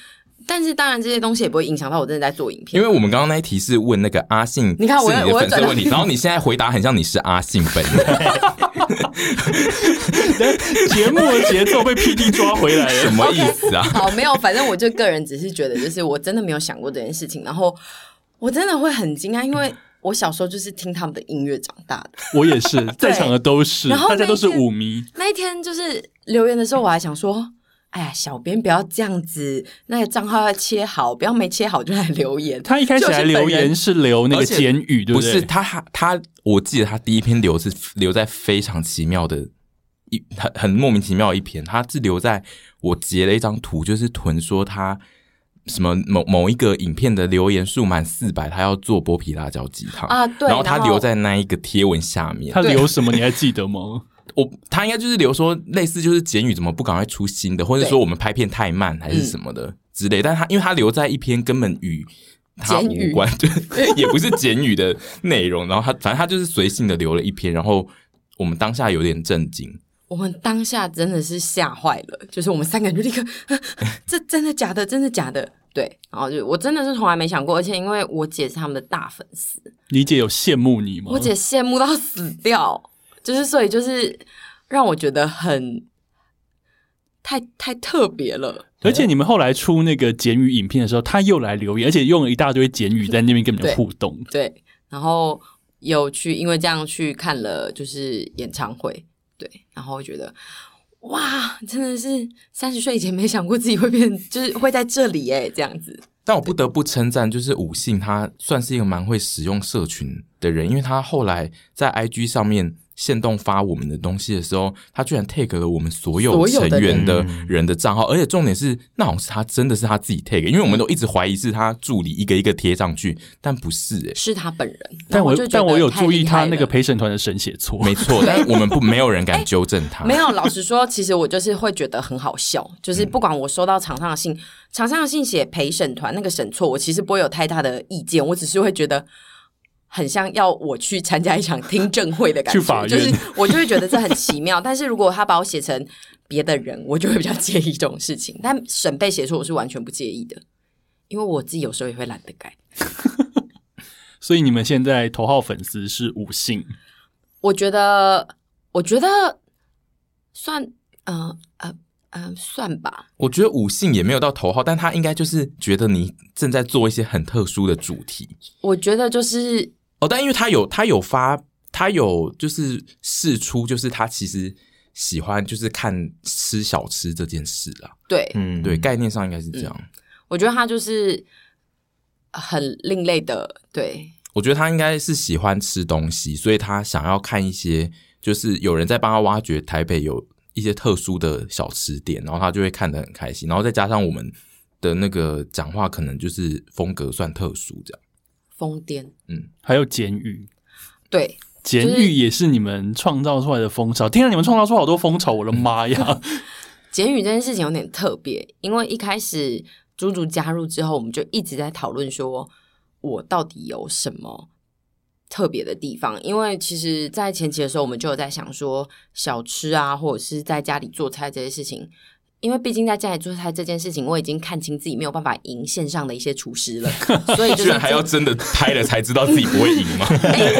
Speaker 2: 但是当然这些东西也不会影响到我真的在做影片，
Speaker 4: 因为我们刚刚那一题是问那个阿信，
Speaker 2: 你看我
Speaker 4: 是你的
Speaker 2: 我
Speaker 4: 粉丝
Speaker 2: 转到
Speaker 4: 问题，然后你现在回答很像你是阿信 本人，
Speaker 1: 节目的节奏被 PD 抓回来
Speaker 4: 什
Speaker 1: 了。
Speaker 4: 么意 思啊？
Speaker 2: 好，没有，反正我就个人只是觉得，就是我真的没有想过这件事情，然后我真的会很惊讶，因为
Speaker 4: 嗯
Speaker 2: 我小时候就是听他们的音乐长大的。
Speaker 1: 我也是，在场的都是，
Speaker 2: 然后
Speaker 1: 大家都是
Speaker 2: 那天
Speaker 1: 舞迷。
Speaker 2: 那一天就是留言的时候，我还想说，哎呀，小编不要这样子，那个账号要切好，不要没切好就来留 言。
Speaker 1: 他一开始
Speaker 2: 就是
Speaker 1: 来
Speaker 2: 本
Speaker 1: 留
Speaker 2: 人
Speaker 1: 言是留那个
Speaker 4: 而且
Speaker 1: 简语，对
Speaker 4: 不
Speaker 1: 对？
Speaker 4: 是他还他，我记得他第一篇留是留在非常奇妙的一很很莫名其妙的一篇，他是留在我截了一张图，就是屯说他什么某某一个影片的留言数满四百，他要做剥皮辣椒鸡汤
Speaker 2: 啊对
Speaker 4: 然后他
Speaker 2: 然后
Speaker 4: 留在那一个贴文下面，
Speaker 1: 他留什么你还记得吗？
Speaker 4: 我他应该就是留说类似就是简语怎么不赶快出新的，或者
Speaker 2: 对嗯
Speaker 4: 说我们拍片太慢还是什么的之类。但他因为他留在一篇根本与他
Speaker 2: 简语
Speaker 4: 无关，对， 也不是简语的内容。然后他反正他就是随性的留了一篇，然后我们当下有点震惊。
Speaker 2: 我们当下真的是吓坏了，就是我们三个人就立刻， 啊这真的假的？真的假的？对，然后就我真的是从来没想过，而且因为我姐是他们的大粉丝，
Speaker 1: 你姐有羡慕你吗？
Speaker 2: 我姐羡慕到死掉，就是所以就是让我觉得很太太特别了。
Speaker 1: 而且你们后来出那个简语影片的时候，他又来留言，而且用了一大堆简语在那边跟你们
Speaker 2: 对
Speaker 1: 互动。
Speaker 2: 对，然后有去因为这样去看了就是演唱会，对，然后我觉得哇，真的是三十岁以前没想过自己会变，就是会在这里哎，这样子。
Speaker 4: 但我不得不称赞，就是武信他算是一个蛮会使用社群的人，因为他后来在 IG 上面限动发我们的东西的时候，他居然 take 了我们所有
Speaker 2: 所有
Speaker 4: 成
Speaker 2: 的
Speaker 4: 员
Speaker 2: 人
Speaker 4: 的人的账号，而且重点是，那好像是他真的是他自己 take，因为我们都一直怀疑是他助理一个一个贴上去，但不是欸诶、
Speaker 2: 是他本人，
Speaker 1: 但
Speaker 2: 我
Speaker 1: 我
Speaker 2: 就觉
Speaker 1: 但
Speaker 2: 得
Speaker 1: 我有
Speaker 2: 太
Speaker 1: 注意
Speaker 2: 厉
Speaker 1: 他
Speaker 2: 害
Speaker 1: 那个
Speaker 2: 了
Speaker 1: 陪审团的神写错，
Speaker 4: 没错，但是我们不没有人敢纠正
Speaker 1: 啊
Speaker 4: 他，
Speaker 2: 没有，老实说，其实我就是会觉得很好笑，
Speaker 1: 嗯
Speaker 2: 就是不管我收到厂商的信，厂商的信写陪审团那个审错，我其实不会有太大的意见，我只是会觉得很像要我去参加一场听证会的感 觉，
Speaker 1: 去法院
Speaker 2: 就是 我就会觉得这很奇妙。但是如果他把我写成别的人，我就会比较介意这种事情。但审被写错，我是完全不介意的，因为我自己有时候也会懒得改。
Speaker 1: 所以你们现在头号粉丝是五姓。
Speaker 2: 我觉得我觉得算，呃呃呃，算吧。
Speaker 4: 我觉得五性也没有到头号，但他应该就是觉得你正在做一些很特殊的主题
Speaker 2: 我觉得就是
Speaker 4: 哦。但因为他有他有发，他有就是试出，就是他其实喜欢就是看吃小吃这件事啦。
Speaker 2: 对，
Speaker 3: 嗯，
Speaker 4: 对，概念上应该是这样。
Speaker 2: 嗯我觉得他就是很另类的，对，
Speaker 4: 我觉得他应该是喜欢吃东西，所以他想要看一些，就是有人在帮他挖掘台北有一些特殊的小吃店，然后他就会看得很开心。然后再加上我们的那个讲话，可能就是风格算特殊这样。
Speaker 2: 疯癫，
Speaker 1: 还有监狱，
Speaker 2: 对，
Speaker 1: 监狱也是你们创造出来的风潮。天啊，你们创造出好多风潮，我的妈呀！
Speaker 2: 简语这件事情有点特别，因为一开始猪猪加入之后，我们就一直在讨论说，我到底有什么特别的地方？因为其实，在前期的时候，我们就有在想说，小吃啊，或者是在家里做菜这些事情。因为毕竟在家里做菜这件事情，我已经看清自己没有办法赢线上的一些厨师了， 所以就是
Speaker 4: 居然还要真的拍了才知道自己不会赢 吗？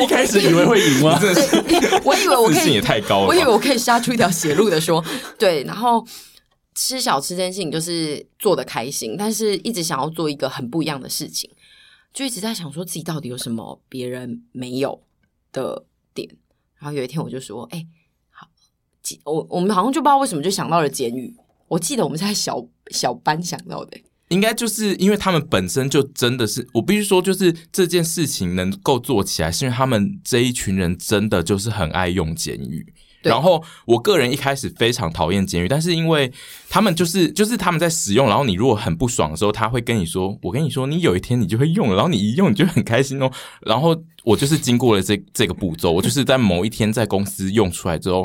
Speaker 1: 一开始以为会赢吗？
Speaker 4: 真的是
Speaker 2: 我以哎为我
Speaker 4: 自
Speaker 2: 可
Speaker 4: 信
Speaker 2: 以
Speaker 4: 也太高了吧。
Speaker 2: 我以为我可以杀出一条血路的说，对，然后吃小吃这件事情就是做的开心，但是一直想要做一个很不一样的事情，就一直在想说自己到底有什么别人没有的点。然后有一天我就说，哎、好，几我我们好像就不知道为什么就想到了监狱，我记得我们是在小小班想到的、
Speaker 4: 应该就是因为他们本身就真的是，我必须说，就是这件事情能够做起来，是因为他们这一群人真的就是很爱用监狱。
Speaker 2: 对
Speaker 4: 然后我个人一开始非常讨厌监狱，但是因为他们就是就是他们在使用，然后你如果很不爽的时候，他会跟你说：“我跟你说，你有一天你就会用了，然后你一用你就很开心哦。”然后我就是经过了这这个步骤，我就是在某一天在公司用出来之后，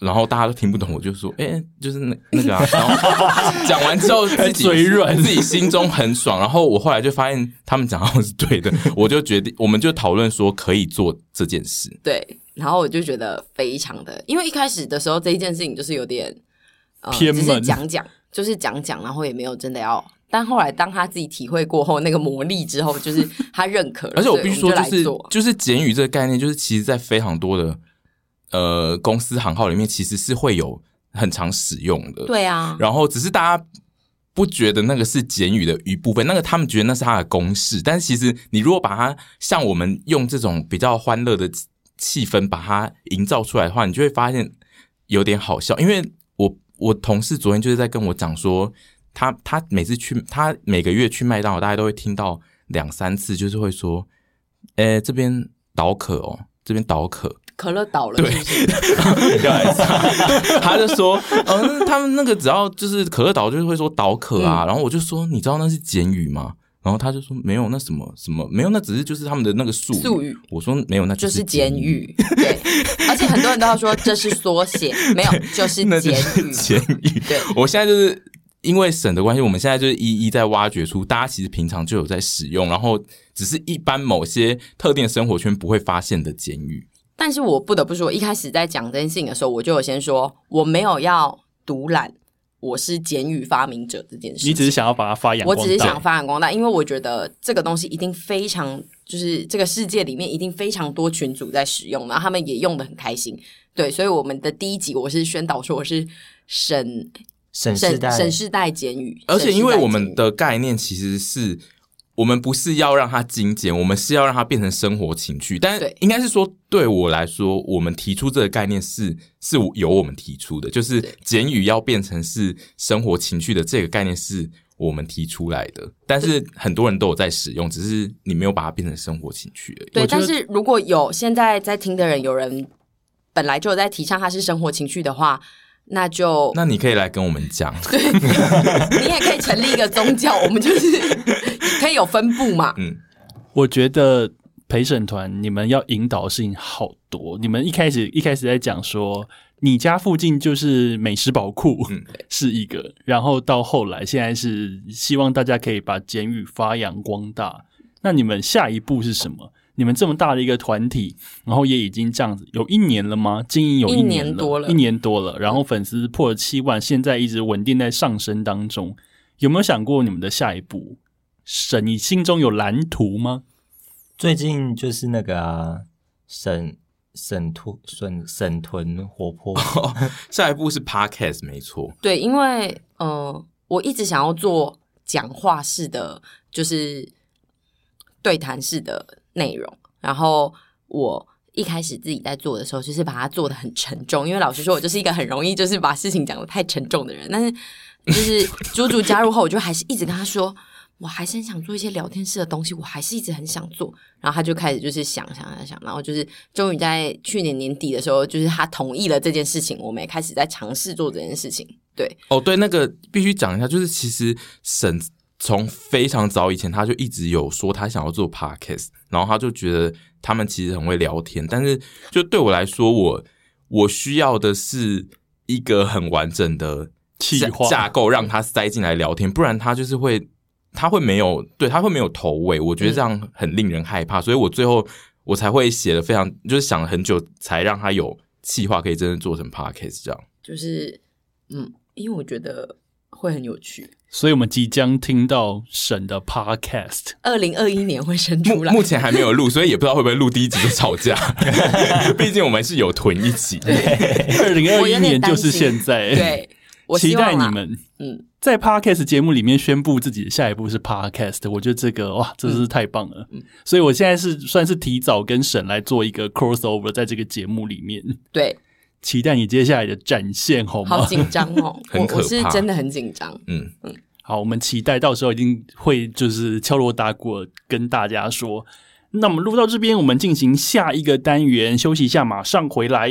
Speaker 4: 然后大家都听不懂，我就说：“哎、就是那那个啊。”然 后讲完之后自己
Speaker 1: 嘴软
Speaker 4: 自己心中很爽。然后我后来就发现他们讲到是对的，我就决定，我们就讨论说可以做这件事。
Speaker 2: 对，然后我就觉得非常的，因为一开始的时候这一件事情就是有点、呃、
Speaker 1: 偏
Speaker 2: 只是
Speaker 1: 门
Speaker 2: 讲讲，就是讲讲，然后也没有真的要。但后来当他自己体会过后那个魔力之后，就是他认可了，
Speaker 4: 而且我
Speaker 2: 所以
Speaker 4: 必须
Speaker 2: 我
Speaker 4: 说，
Speaker 2: 们就
Speaker 4: 就
Speaker 2: 来
Speaker 4: 是
Speaker 2: 做
Speaker 4: 就是简语这个概念，就是其实在非常多的呃公司行号里面，其实是会有很常使用的。
Speaker 2: 对啊，
Speaker 4: 然后只是大家不觉得那个是简语的一部分，那个他们觉得那是它的公式，但其实你如果把它像我们用这种比较欢乐的气气氛把它营造出来的话，你就会发现有点好笑。因为我我同事昨天就是在跟我讲说，他他每次去他每个月去麦当劳，大家都会听到两三次，就是会说，诶这边倒可哦，这边倒可，
Speaker 2: 可乐倒了，是不是？
Speaker 4: 要来上 他就说，嗯，他们那个只要就是可乐岛，就是会说岛可啊。然后我就说，你知道那是简语吗？然后他就说没有，那什么什么没有，那只是就是他们的那个术 语。
Speaker 2: 术语
Speaker 4: 我说没有，那
Speaker 2: 就
Speaker 4: 只
Speaker 2: 是
Speaker 4: 简
Speaker 2: 监。狱，对，而且很多人都要说这是缩写，没有，就是
Speaker 4: 那就
Speaker 2: 监
Speaker 4: 是
Speaker 2: 狱，
Speaker 4: 简 语。
Speaker 2: 对，
Speaker 4: 我现在就是因为省的关系，我们现在就是一一在挖掘出大家其实平常就有在使用，然后只是一般某些特定生活圈不会发现的简语。
Speaker 2: 但是我不得不说，一开始在讲这件事情的时候，我就有先说我没有要独揽，我是简语发明者这件事情。
Speaker 1: 你只是想要把它发扬
Speaker 2: 我
Speaker 1: 光大，
Speaker 2: 只是想发扬光大，因为我觉得这个东西一定非常，就是这个世界里面一定非常多群组在使用，然后他们也用的很开心。对，所以我们的第一集我是宣导说我是省
Speaker 3: 省事
Speaker 2: 省
Speaker 3: 代
Speaker 2: 省事代简语，
Speaker 4: 而且因为我们
Speaker 2: 省事代简语
Speaker 4: 的概念其实是，我们不是要让它精简，我们是要让它变成生活情趣。但
Speaker 2: 对
Speaker 4: 应该是说，对我来说，我们提出这个概念是是由我们提出的，就是
Speaker 2: 对
Speaker 4: 简语要变成是生活情趣的这个概念是我们提出来的。但是很多人都有在使用，只是你没有把它变成生活情趣而已。
Speaker 2: 对，
Speaker 1: 我觉
Speaker 2: 但
Speaker 1: 得
Speaker 2: 是如果有现在在听的人，有人本来就有在提倡它是生活情趣的话，那就
Speaker 4: 那你可以来跟我们讲，
Speaker 2: 你也可以成立一个宗教，我们就是 可以有分布嘛。
Speaker 4: 嗯，
Speaker 1: 我觉得陪审团你们要引导的事情好多。你们一开始一开始在讲说，你家附近就是美食宝库，
Speaker 4: 嗯
Speaker 1: 是一个。然后到后来，现在是希望大家可以把监狱发扬光大。那你们下一步是什么？你们这么大的一个团体，然后也已经这样子有一年了吗？经营有
Speaker 2: 一
Speaker 1: 年
Speaker 2: 年多了
Speaker 1: 一年多了。然后粉丝破了七万，现在一直稳定在上升当中。有没有想过你们的下一步？沈，你心中有蓝图吗？
Speaker 3: 最近就是那个啊，沈沈吞沈沈屯活 泼，
Speaker 4: 下一步是 podcast，没错，
Speaker 2: 对，因为呃，我一直想要做讲话式的，就是对谈式的内容。然后我一开始自己在做的时候，就是把它做的很沉重，因为老实说，我就是一个很容易就是把事情讲的太沉重的人。但是就是 猪猪加入后，我就还是一直跟他说。我还是很想做一些聊天式的东西，我还是一直很想做。然后他就开始就是想想想想，然后就是终于在去年年底的时候，就是他同意了这件事情，我们也开始在尝试做这件事情。对，
Speaker 4: 哦，对，那个必须讲一下，就是其实沈从非常早以前他就一直有说他想要做 podcast，然后他就觉得他们其实很会聊天，但是就对我来说，我我需要的是一个很完整的
Speaker 1: 企
Speaker 4: 架
Speaker 1: 划
Speaker 4: 架构，让他塞进来聊天，不然他就是会他会没有对他会没有头尾，我
Speaker 1: 嗯
Speaker 4: 觉得这样很令人害怕，所以我最后我才会写的非常就是想了很久才让他有计划可以真的做成 podcast 这样。
Speaker 2: 就是嗯，因为我觉得会很有趣。
Speaker 1: 所以我们即将听到沈的 podcast。
Speaker 2: 二零 二一年会生
Speaker 4: 目
Speaker 2: 出来，
Speaker 4: 目前还没有录，所以也不知道会不会录第一集就吵 架。毕竟我们是有囤一集，
Speaker 1: 二零二
Speaker 2: 我
Speaker 1: 一
Speaker 2: 有
Speaker 1: 年
Speaker 2: 点
Speaker 1: 就
Speaker 2: 担
Speaker 1: 是
Speaker 2: 心
Speaker 1: 现在，，
Speaker 2: 对，我
Speaker 1: 期
Speaker 2: 希望
Speaker 1: 待你
Speaker 2: 啦。
Speaker 1: 们。
Speaker 2: 嗯，
Speaker 1: 在 podcast 节目里面宣布自己的下一步是 podcast，我觉得这个哇，真是太棒
Speaker 2: 嗯
Speaker 1: 了！所以我现在是算是提早跟沈来做一个 crossover，在这个节目里面，
Speaker 2: 对，
Speaker 1: 期待你接下来的展现，好吗？
Speaker 2: 好紧张 哦，我
Speaker 4: 很可怕
Speaker 2: 我是真的很紧张。
Speaker 4: 嗯，
Speaker 1: 好，我们期待到时候一定会就是敲锣打鼓跟大家说。那我们录到这边，我们进行下一个单元，休息一下，马上回来。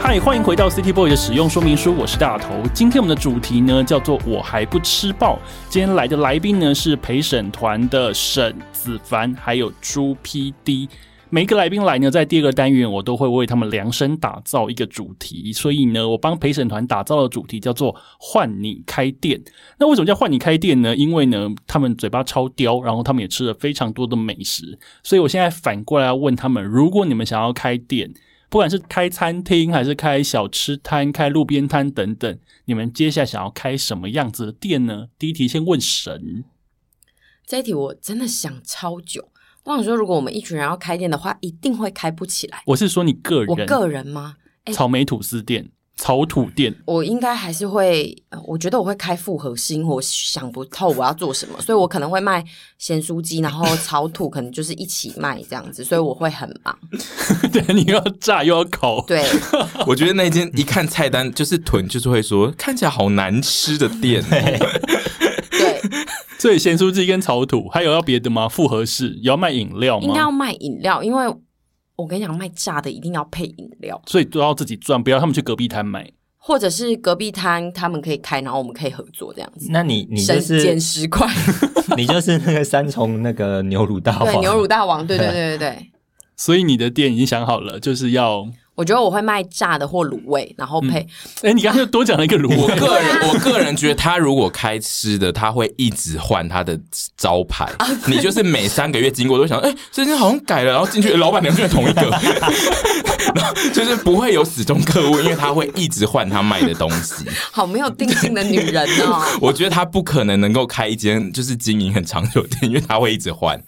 Speaker 1: 嗨，欢迎回到 City Boy 的使用说明书，我是大头。今天我们的主题呢叫做“我还不吃爆”。今天来的来宾呢是陪审团的沈子凡，还有朱 PD。每一个来宾来呢，在第二个单元我都会为他们量身打造一个主题，所以呢，我帮陪审团打造的主题叫做“换你开店”。那为什么叫换你开店呢？因为呢，他们嘴巴超刁，然后他们也吃了非常多的美食，所以我现在反过来要问他们：如果你们想要开店，不管是开餐厅还是开小吃摊、开路边摊等等，你们接下来想要开什么样子的店呢？第一题先问神，
Speaker 2: 这一题我真的想超久，我想说，如果我们一群人要开店的话，一定会开不起来。
Speaker 1: 我是说你个人，
Speaker 2: 我个人吗？哎
Speaker 1: 草莓吐司店、草土店，
Speaker 2: 我应该还是会，呃我觉得我会开复合式，因为我想不透我要做什么，所以我可能会卖咸酥鸡，然后草土可能就是一起卖这样子，所以我会很忙。
Speaker 1: 对，你又要炸又要烤，
Speaker 2: 对，
Speaker 4: 我觉得那间一看菜单就是囤，就是会说看起来好难吃的店哦、
Speaker 2: 对，
Speaker 1: 所以咸酥鸡跟草土，还有要别的吗？复合式也要卖饮料
Speaker 2: 应该要
Speaker 1: 吗？
Speaker 2: 卖饮料，因为我跟你讲，卖炸的一定要配饮料，
Speaker 1: 所以都要自己赚，不要他们去隔壁摊买。
Speaker 2: 或者是隔壁摊他们可以开，然后我们可以合作这样子。
Speaker 3: 那你你就
Speaker 2: 省减
Speaker 3: 是
Speaker 2: 十 块，
Speaker 3: 你就是那个三重那个牛乳大
Speaker 2: 对
Speaker 3: 王，
Speaker 2: 牛乳大王，对对 对对对，
Speaker 1: 所以你的店已经想好了，就是要……
Speaker 2: 我觉得我会卖炸的或卤味，然后
Speaker 3: 嗯
Speaker 2: 配
Speaker 1: 哎，你刚刚又多讲了一个卤
Speaker 4: 我
Speaker 1: 味，
Speaker 4: 个人，我个人觉得他如果开吃的，他会一直换他的招牌。
Speaker 2: 啊
Speaker 4: 你就是每三个月经过都想，哎、这间好像改了，然后进去老板娘居然同一 个，然后就是不会有死忠客户，因为他会一直换他卖的东西。
Speaker 2: 好没有定性的女人 哦。
Speaker 4: 我觉得他不可能能够开一间就是经营很长久的店，因为他会一直换。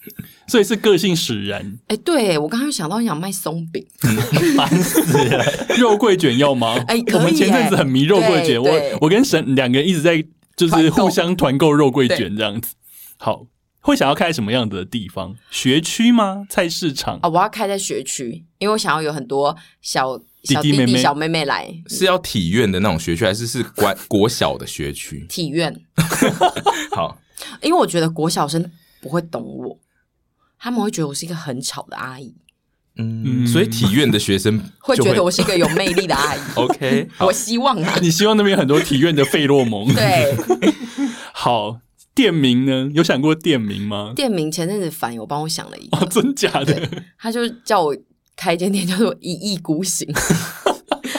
Speaker 1: 所以是个性使然。
Speaker 2: 哎，对我刚刚想到想卖松饼，
Speaker 3: 烦死了。
Speaker 1: 肉桂卷要吗？
Speaker 2: 哎可以
Speaker 1: 我们前阵子很迷肉桂
Speaker 2: 耶
Speaker 1: 卷，我
Speaker 2: 对
Speaker 1: 我跟沈两个人一直在就是
Speaker 2: 团购
Speaker 1: 互相团购肉桂卷这样子。好，会想要开什么样子的地方？学区吗？菜市场？
Speaker 2: 啊，我要开在学区，因为我想要有很多小小
Speaker 1: 弟弟
Speaker 2: 弟弟、
Speaker 1: 妹妹
Speaker 2: 小妹妹来
Speaker 4: 是要体院的那种学区，还是是国国小的学区？
Speaker 2: 体院，
Speaker 4: 好，
Speaker 2: 因为我觉得国小生不会懂我，他们会觉得我是一个很吵的阿姨，
Speaker 4: 嗯，所以体院的学生
Speaker 2: 会
Speaker 4: 就
Speaker 2: 觉得我是一个有魅力的阿姨。
Speaker 4: OK 好
Speaker 2: 我希望啊，
Speaker 1: 你希望那边有很多体院的费洛蒙？
Speaker 2: 对
Speaker 1: 好，店名呢？有想过店名吗？
Speaker 2: 店名前阵子凡有帮我想了一
Speaker 1: 哦，
Speaker 2: 个，
Speaker 1: 真假的？
Speaker 2: 他就叫我开一间店叫做一意孤行。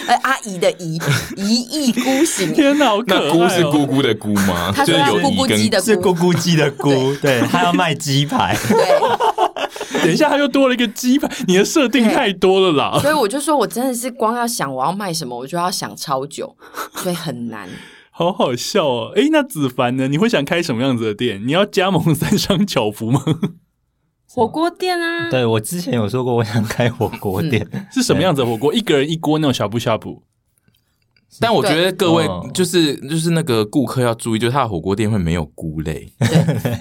Speaker 2: 呃，阿姨的姨，一意孤 行。
Speaker 1: 天哪，好可爱、
Speaker 4: 那
Speaker 1: 哦！
Speaker 4: 菇是咕咕的咕吗？
Speaker 2: 他
Speaker 4: 就
Speaker 2: 说
Speaker 4: 是
Speaker 2: 要
Speaker 4: 有
Speaker 2: 咕咕
Speaker 4: 一
Speaker 2: 鸡
Speaker 4: 跟
Speaker 2: 的
Speaker 3: 是咕
Speaker 2: 咕，
Speaker 3: 咕鸡 的咕，对，他要卖鸡排，
Speaker 2: 对，
Speaker 1: 等一下，他又多了一个鸡排，你的设定太多了啦。
Speaker 2: 所以我就说我真的是光要想我要卖什么，我就要想超久，所以很难。
Speaker 1: 好好笑哦！诶，那子凡呢？你会想开什么样子的店？你要加盟三商巧福吗？
Speaker 2: 火锅店啊，
Speaker 3: 对我之前有说过，我想开火锅
Speaker 2: 嗯
Speaker 3: 店，
Speaker 1: 是什么样子的火锅？一个人一锅那种小布小布，
Speaker 4: 但我觉得各位
Speaker 3: 哦
Speaker 4: 就是就是那个顾客要注意，就是他的火锅店会没有 菇类，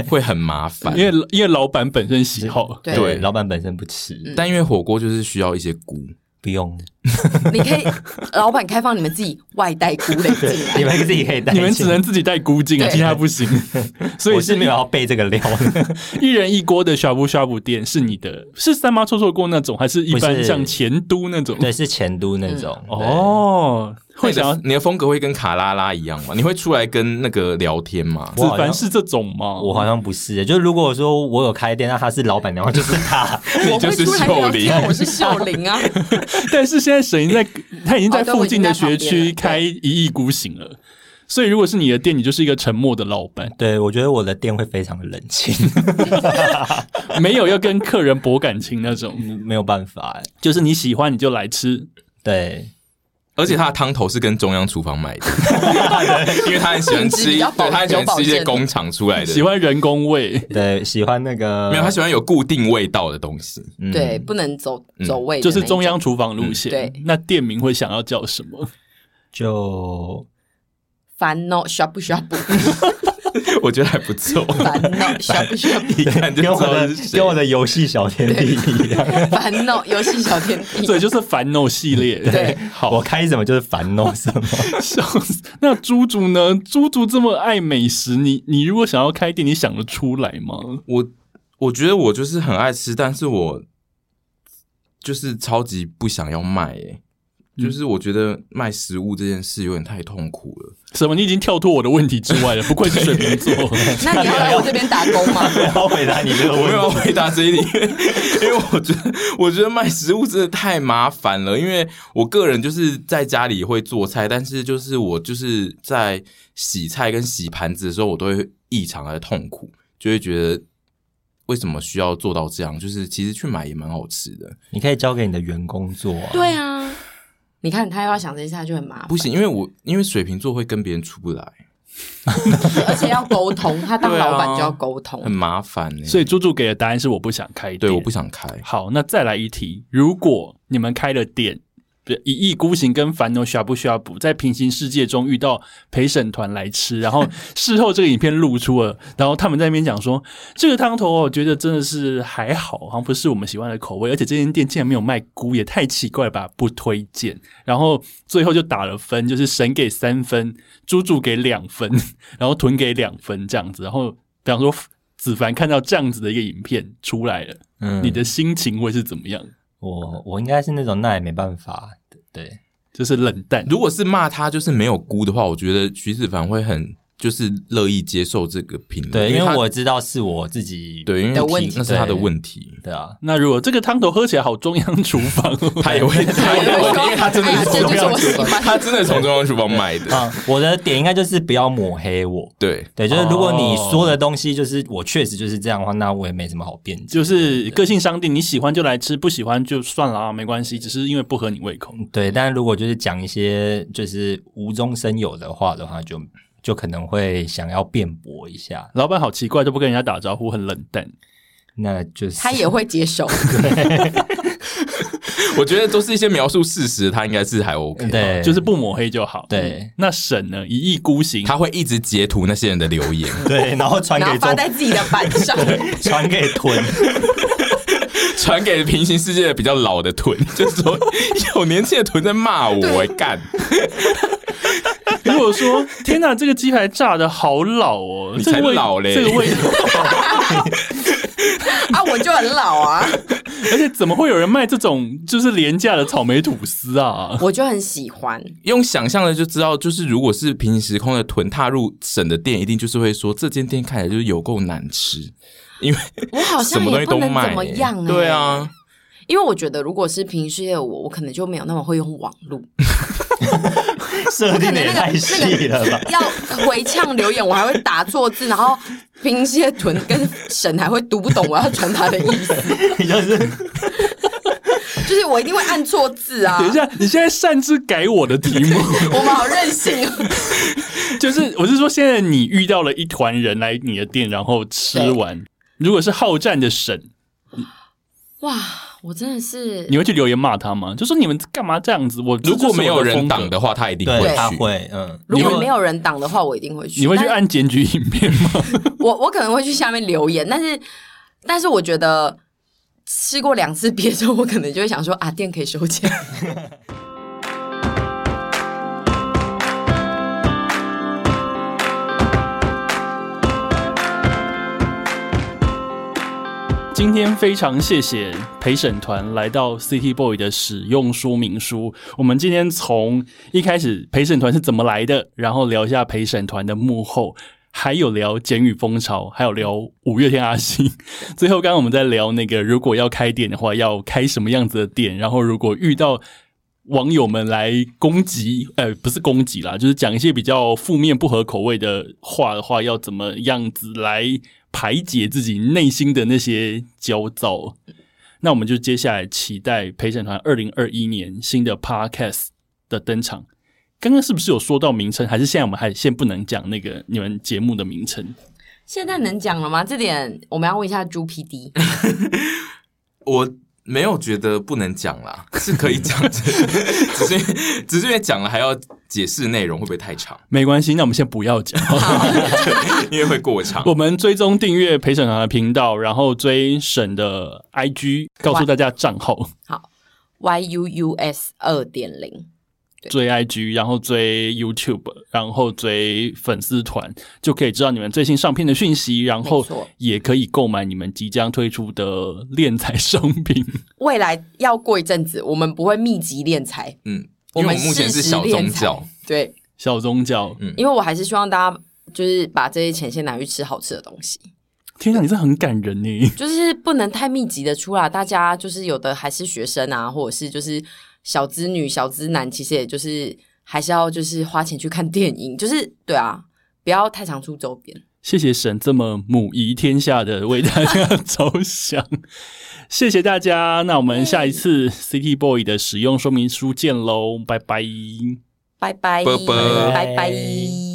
Speaker 4: 会很麻烦。
Speaker 1: 因为因为老板本身喜好。
Speaker 2: 对
Speaker 4: 对
Speaker 3: 老板本身不
Speaker 2: 嗯
Speaker 3: 吃，
Speaker 4: 但因为火锅就是需要一些菇，
Speaker 3: 不用，
Speaker 2: 你可以，老板开放你们自己外带菇类进来
Speaker 3: 你。们自己可以带进。
Speaker 1: 你们只能自己带菇进啊，
Speaker 2: 对
Speaker 1: 其他不行。所以
Speaker 3: 我是没有要备这个料，
Speaker 1: 一人一锅的小布小布店是你的，是三妈臭臭锅那种，还是一
Speaker 3: 不
Speaker 1: 般
Speaker 3: 是
Speaker 1: 像前都那种？
Speaker 3: 对，是前都那种。
Speaker 1: 哦，会
Speaker 4: 你的
Speaker 1: 想要
Speaker 4: 你的风格会跟卡拉拉一样吗？你会出来跟那个聊天吗？
Speaker 1: 子
Speaker 3: 我好像
Speaker 1: 凡是这种吗？
Speaker 3: 对，我好像不是，欸就是如果说我有开店，那他是老板娘，就是他，
Speaker 2: 我
Speaker 4: 就
Speaker 2: 会
Speaker 4: 是
Speaker 2: 出来
Speaker 4: 秀
Speaker 2: 聊
Speaker 4: 玲
Speaker 2: 天，我是秀玲啊。
Speaker 1: 但是现在沈莹在，他已经在
Speaker 2: 哦对
Speaker 1: 附近的学
Speaker 2: 我已
Speaker 1: 区
Speaker 2: 经在旁边了对
Speaker 1: 开一意孤行了。所以如果是你的店，你就是一个沉默的老板，
Speaker 3: 对我觉得我的店会非常的冷清，
Speaker 1: 没有要跟客人博感情那 种，
Speaker 3: 没有办法，
Speaker 1: 就是你喜欢你就来吃。
Speaker 3: 对，
Speaker 4: 而且他的汤头是跟中央厨 房买的，因为他很喜欢
Speaker 2: 品质
Speaker 4: 吃，
Speaker 2: 比较保
Speaker 4: 对他很喜欢吃
Speaker 2: 有
Speaker 4: 一
Speaker 2: 保
Speaker 4: 些
Speaker 2: 证
Speaker 4: 工厂出来的
Speaker 1: 喜，欢人工味，
Speaker 3: 对，喜欢那个
Speaker 4: 没有他喜欢有固定味道的东西。
Speaker 3: 嗯
Speaker 2: 对，不能走
Speaker 4: 嗯
Speaker 2: 走位的
Speaker 1: 就是
Speaker 2: 那一
Speaker 1: 中央
Speaker 2: 种
Speaker 1: 厨房路线。
Speaker 2: 嗯对
Speaker 1: 那店名会想要叫什么？
Speaker 3: 就
Speaker 2: 烦哦，shop shop
Speaker 4: 我觉得还不 错，
Speaker 2: 烦哦，shop shop
Speaker 4: 一看就知
Speaker 3: 跟我
Speaker 4: 道
Speaker 3: 的
Speaker 4: 是谁
Speaker 3: 跟。我的游戏小天地一样，烦
Speaker 2: 烦哦，游戏小天地。
Speaker 1: 对，就是烦恼系列。
Speaker 2: 对，
Speaker 1: 好
Speaker 3: 我开什么就是烦恼什么。
Speaker 1: 笑死。那猪猪呢？猪猪这么爱美食，你你如果想要开店，你想得出来吗？
Speaker 4: 我我觉得我就是很爱吃，但是我就是超级不想要卖、欸，就是我觉得卖食物这件事有点太痛苦了。
Speaker 1: 什么？你已经跳脱我的问题之外了，不愧是水瓶 座。
Speaker 2: 那你要来我这边打工吗？
Speaker 3: 不要回答你这个
Speaker 4: 我没有要
Speaker 3: 问题。
Speaker 4: 回答这一 题，因为因为我觉得我觉得卖食物真的太麻烦了。因为我个人就是在家里会做菜，但是就是我就是在洗菜跟洗盘子的时候，我都会异常的痛苦，就会觉得为什么需要做到这样？就是其实去买也蛮好吃的。
Speaker 3: 你可以交给你的员工做、啊。
Speaker 2: 对啊，你看他又要想这些，他就很麻烦，
Speaker 4: 不行，因为我因为水瓶座会跟别人出不来，
Speaker 2: 而且要沟通，他当
Speaker 4: 对啊
Speaker 2: 老板就要沟通
Speaker 4: 很。麻烦欸
Speaker 1: 所以猪猪给的答案是我不想开店。
Speaker 4: 对我不想开。
Speaker 1: 好，那再来一题：如果你们开了店，不是一意孤行跟烦恼需要不需要补，在平行世界中遇到陪审团来吃，然后事后这个影片露出了，然后他们在那边讲说，这个汤头哦我觉得真的是还好，好像不是我们喜欢的口味，而且这间店竟然没有卖菇，也太奇怪了吧，不推荐。然后最后就打了分，就是神给三分，猪猪给两分， 然后豚给两分这样子，然后比方说。子凡看到这样子的一个影片出来了，
Speaker 3: 嗯
Speaker 1: 你的心情会是怎么样？
Speaker 3: 我我应该是那种那也没办法。对，
Speaker 1: 就是冷淡。
Speaker 4: 如果是骂他就是没有菇的话，我觉得徐子凡会很就是乐意接受这个评论，
Speaker 3: 对，因
Speaker 4: 他
Speaker 3: 为我知道是我自己。
Speaker 4: 对，因为
Speaker 2: 的
Speaker 4: 提
Speaker 2: 问题
Speaker 4: 那是他的问题。
Speaker 3: 对啊，
Speaker 1: 那如果这个汤头喝起来好中央厨 房，
Speaker 4: 他也会，他也
Speaker 2: 我
Speaker 4: 会，
Speaker 2: 说
Speaker 4: 因为他真的
Speaker 2: 哎
Speaker 4: 是
Speaker 2: 呀
Speaker 4: 从
Speaker 2: 这就是
Speaker 4: 中央
Speaker 2: 我
Speaker 4: 厨
Speaker 2: 喜
Speaker 4: 房，
Speaker 2: 欢
Speaker 4: 他真的从中央厨房买的。
Speaker 3: 啊，我的点应该就是不要抹黑我。
Speaker 4: 对，
Speaker 3: 对，就是如果你
Speaker 1: 哦
Speaker 3: 说的东西就是我确实就是这样的话，那我也没什么好辩解。
Speaker 1: 就是个性商店，你喜欢就来吃，不喜欢就算了啊，没关系，只是因为不合你胃口。
Speaker 3: 对，但如果就是讲一些就是无中生有的话的话，就就可能会想要辩驳一下，
Speaker 1: 老板好奇怪，都不跟人家打招呼，很冷淡。
Speaker 3: 那就是
Speaker 2: 他也会接受，
Speaker 4: 我觉得都是一些描述事实，他应该是还
Speaker 2: 嗯
Speaker 4: OK。
Speaker 3: 对，
Speaker 1: 就是不抹黑就好。
Speaker 3: 对，
Speaker 1: 那沈呢？一意孤行，
Speaker 4: 他会一直截图那些人的留言，
Speaker 3: 对，然后传
Speaker 2: 然后
Speaker 3: 给
Speaker 2: 发
Speaker 3: 中
Speaker 2: 在自己的板上。
Speaker 3: 传给 屯，
Speaker 4: 传给平行世界的比较老的豚，就是说有年轻的豚在骂我，哎干，
Speaker 1: 如果说天哪，这个鸡排炸的好老哦，
Speaker 4: 你
Speaker 1: 这个
Speaker 4: 才
Speaker 1: 味
Speaker 4: 老嘞
Speaker 1: 这个味道，
Speaker 2: 啊，我就很老啊，
Speaker 1: 而且怎么会有人卖这种就是廉价的草莓吐司 啊？
Speaker 2: 我就很喜欢。
Speaker 4: 用想象的就知道，就是如果是平行时空的豚踏入省的店，一定就是会说这间店看起来就是有够难吃，因为
Speaker 2: 我好
Speaker 4: 什
Speaker 2: 像
Speaker 4: 么东西
Speaker 2: 也不
Speaker 4: 都
Speaker 2: 能
Speaker 4: 卖、
Speaker 2: 怎么样、欸。
Speaker 4: 对，啊，
Speaker 2: 因为我觉得如果是平时的我，我可能就没有那么会用网络，
Speaker 3: 设定的也太细了吧？
Speaker 2: 要回呛留言，我还会打错字，然后平蟹臀跟神还会读不懂我要传达的意思，
Speaker 3: 你就是
Speaker 2: 就是我一定会按错字 啊。
Speaker 1: 等一，下，你现在擅自改我的题目，
Speaker 2: 我们好任性哦。
Speaker 1: 就是我是说，现在你遇到了一团人来你的店，然后吃完，如果是好战的神，
Speaker 2: 哇，我真的是
Speaker 1: 你会去留言骂他吗？就说你们干嘛这样子？我
Speaker 4: 如果没有人挡
Speaker 1: 的，
Speaker 4: 的话，他一定
Speaker 3: 对，他
Speaker 4: 会去。
Speaker 3: 会嗯，
Speaker 2: 如
Speaker 1: 你
Speaker 2: 果
Speaker 1: 会
Speaker 2: 没有人挡的话，我一定会去。
Speaker 1: 你会去
Speaker 2: 但
Speaker 1: 按检举影片吗？
Speaker 2: 我我可能会去下面留言，但是但是我觉得吃过两次鳖之后，我可能就会想说啊，店可以收钱。
Speaker 1: 今天非常谢谢陪审团来到 City Boy 的使用说明书。我们今天从一开始陪审团是怎么来的，然后聊一下陪审团的幕后，还有聊监狱风潮，还有聊五月天阿信。最后，刚刚我们在聊那个，如果要开店的话，要开什么样子的店？然后，如果遇到网友们来攻击，呃，不是攻击啦，就是讲一些比较负面、不合口味的话的话，要怎么样子来排解自己内心的那些焦躁？那我们就接下来期待陪审团二零二一年新的 Podcast 的登场。刚刚是不是有说到名称？还是现在我们还先不能讲那个你们节目的名称？
Speaker 2: 现在能讲了吗？这点我们要问一下朱 PD。
Speaker 4: 我没有觉得不能讲啦， 是可以讲，只是只是因为讲了还要解释内容，会不会太长？
Speaker 1: 没关系，那我们先不要讲。
Speaker 4: 因为会过长。
Speaker 1: 我们追踪订阅陪审团的频道，然后追审的 IG，告诉大家账号，
Speaker 2: Y U U S 二点零，
Speaker 1: 追 IG，然后追 YouTube，然后追粉丝团，就可以知道你们最新上片的讯息，然后
Speaker 2: 没错
Speaker 1: 也可以购买你们即将推出的练财商品。
Speaker 2: 未来要过一阵子，我们不会密集练财，
Speaker 4: 嗯，
Speaker 2: 我
Speaker 4: 因为
Speaker 2: 们
Speaker 4: 我目前
Speaker 2: 适
Speaker 4: 是
Speaker 2: 时
Speaker 4: 小
Speaker 2: 练
Speaker 4: 宗
Speaker 2: 财
Speaker 4: 教，
Speaker 2: 对，
Speaker 1: 小宗教，
Speaker 4: 嗯
Speaker 2: 因为我还是希望大家就是把这些钱先拿去吃好吃的东西，
Speaker 1: 天哪，你是很感人呢！
Speaker 2: 就是不能太密集的出来。大家就是有的还是学生啊，或者是就是小资女、小资男，其实也就是还是要就是花钱去看电影，就是对啊，不要太常出周边。
Speaker 1: 谢谢神这么母仪天下的为大家着想， 谢谢大家。那我们下一次 City Boy 的使用说明书见喽，拜拜。
Speaker 2: 拜拜，
Speaker 4: 拜
Speaker 2: 拜
Speaker 4: 拜
Speaker 2: 拜。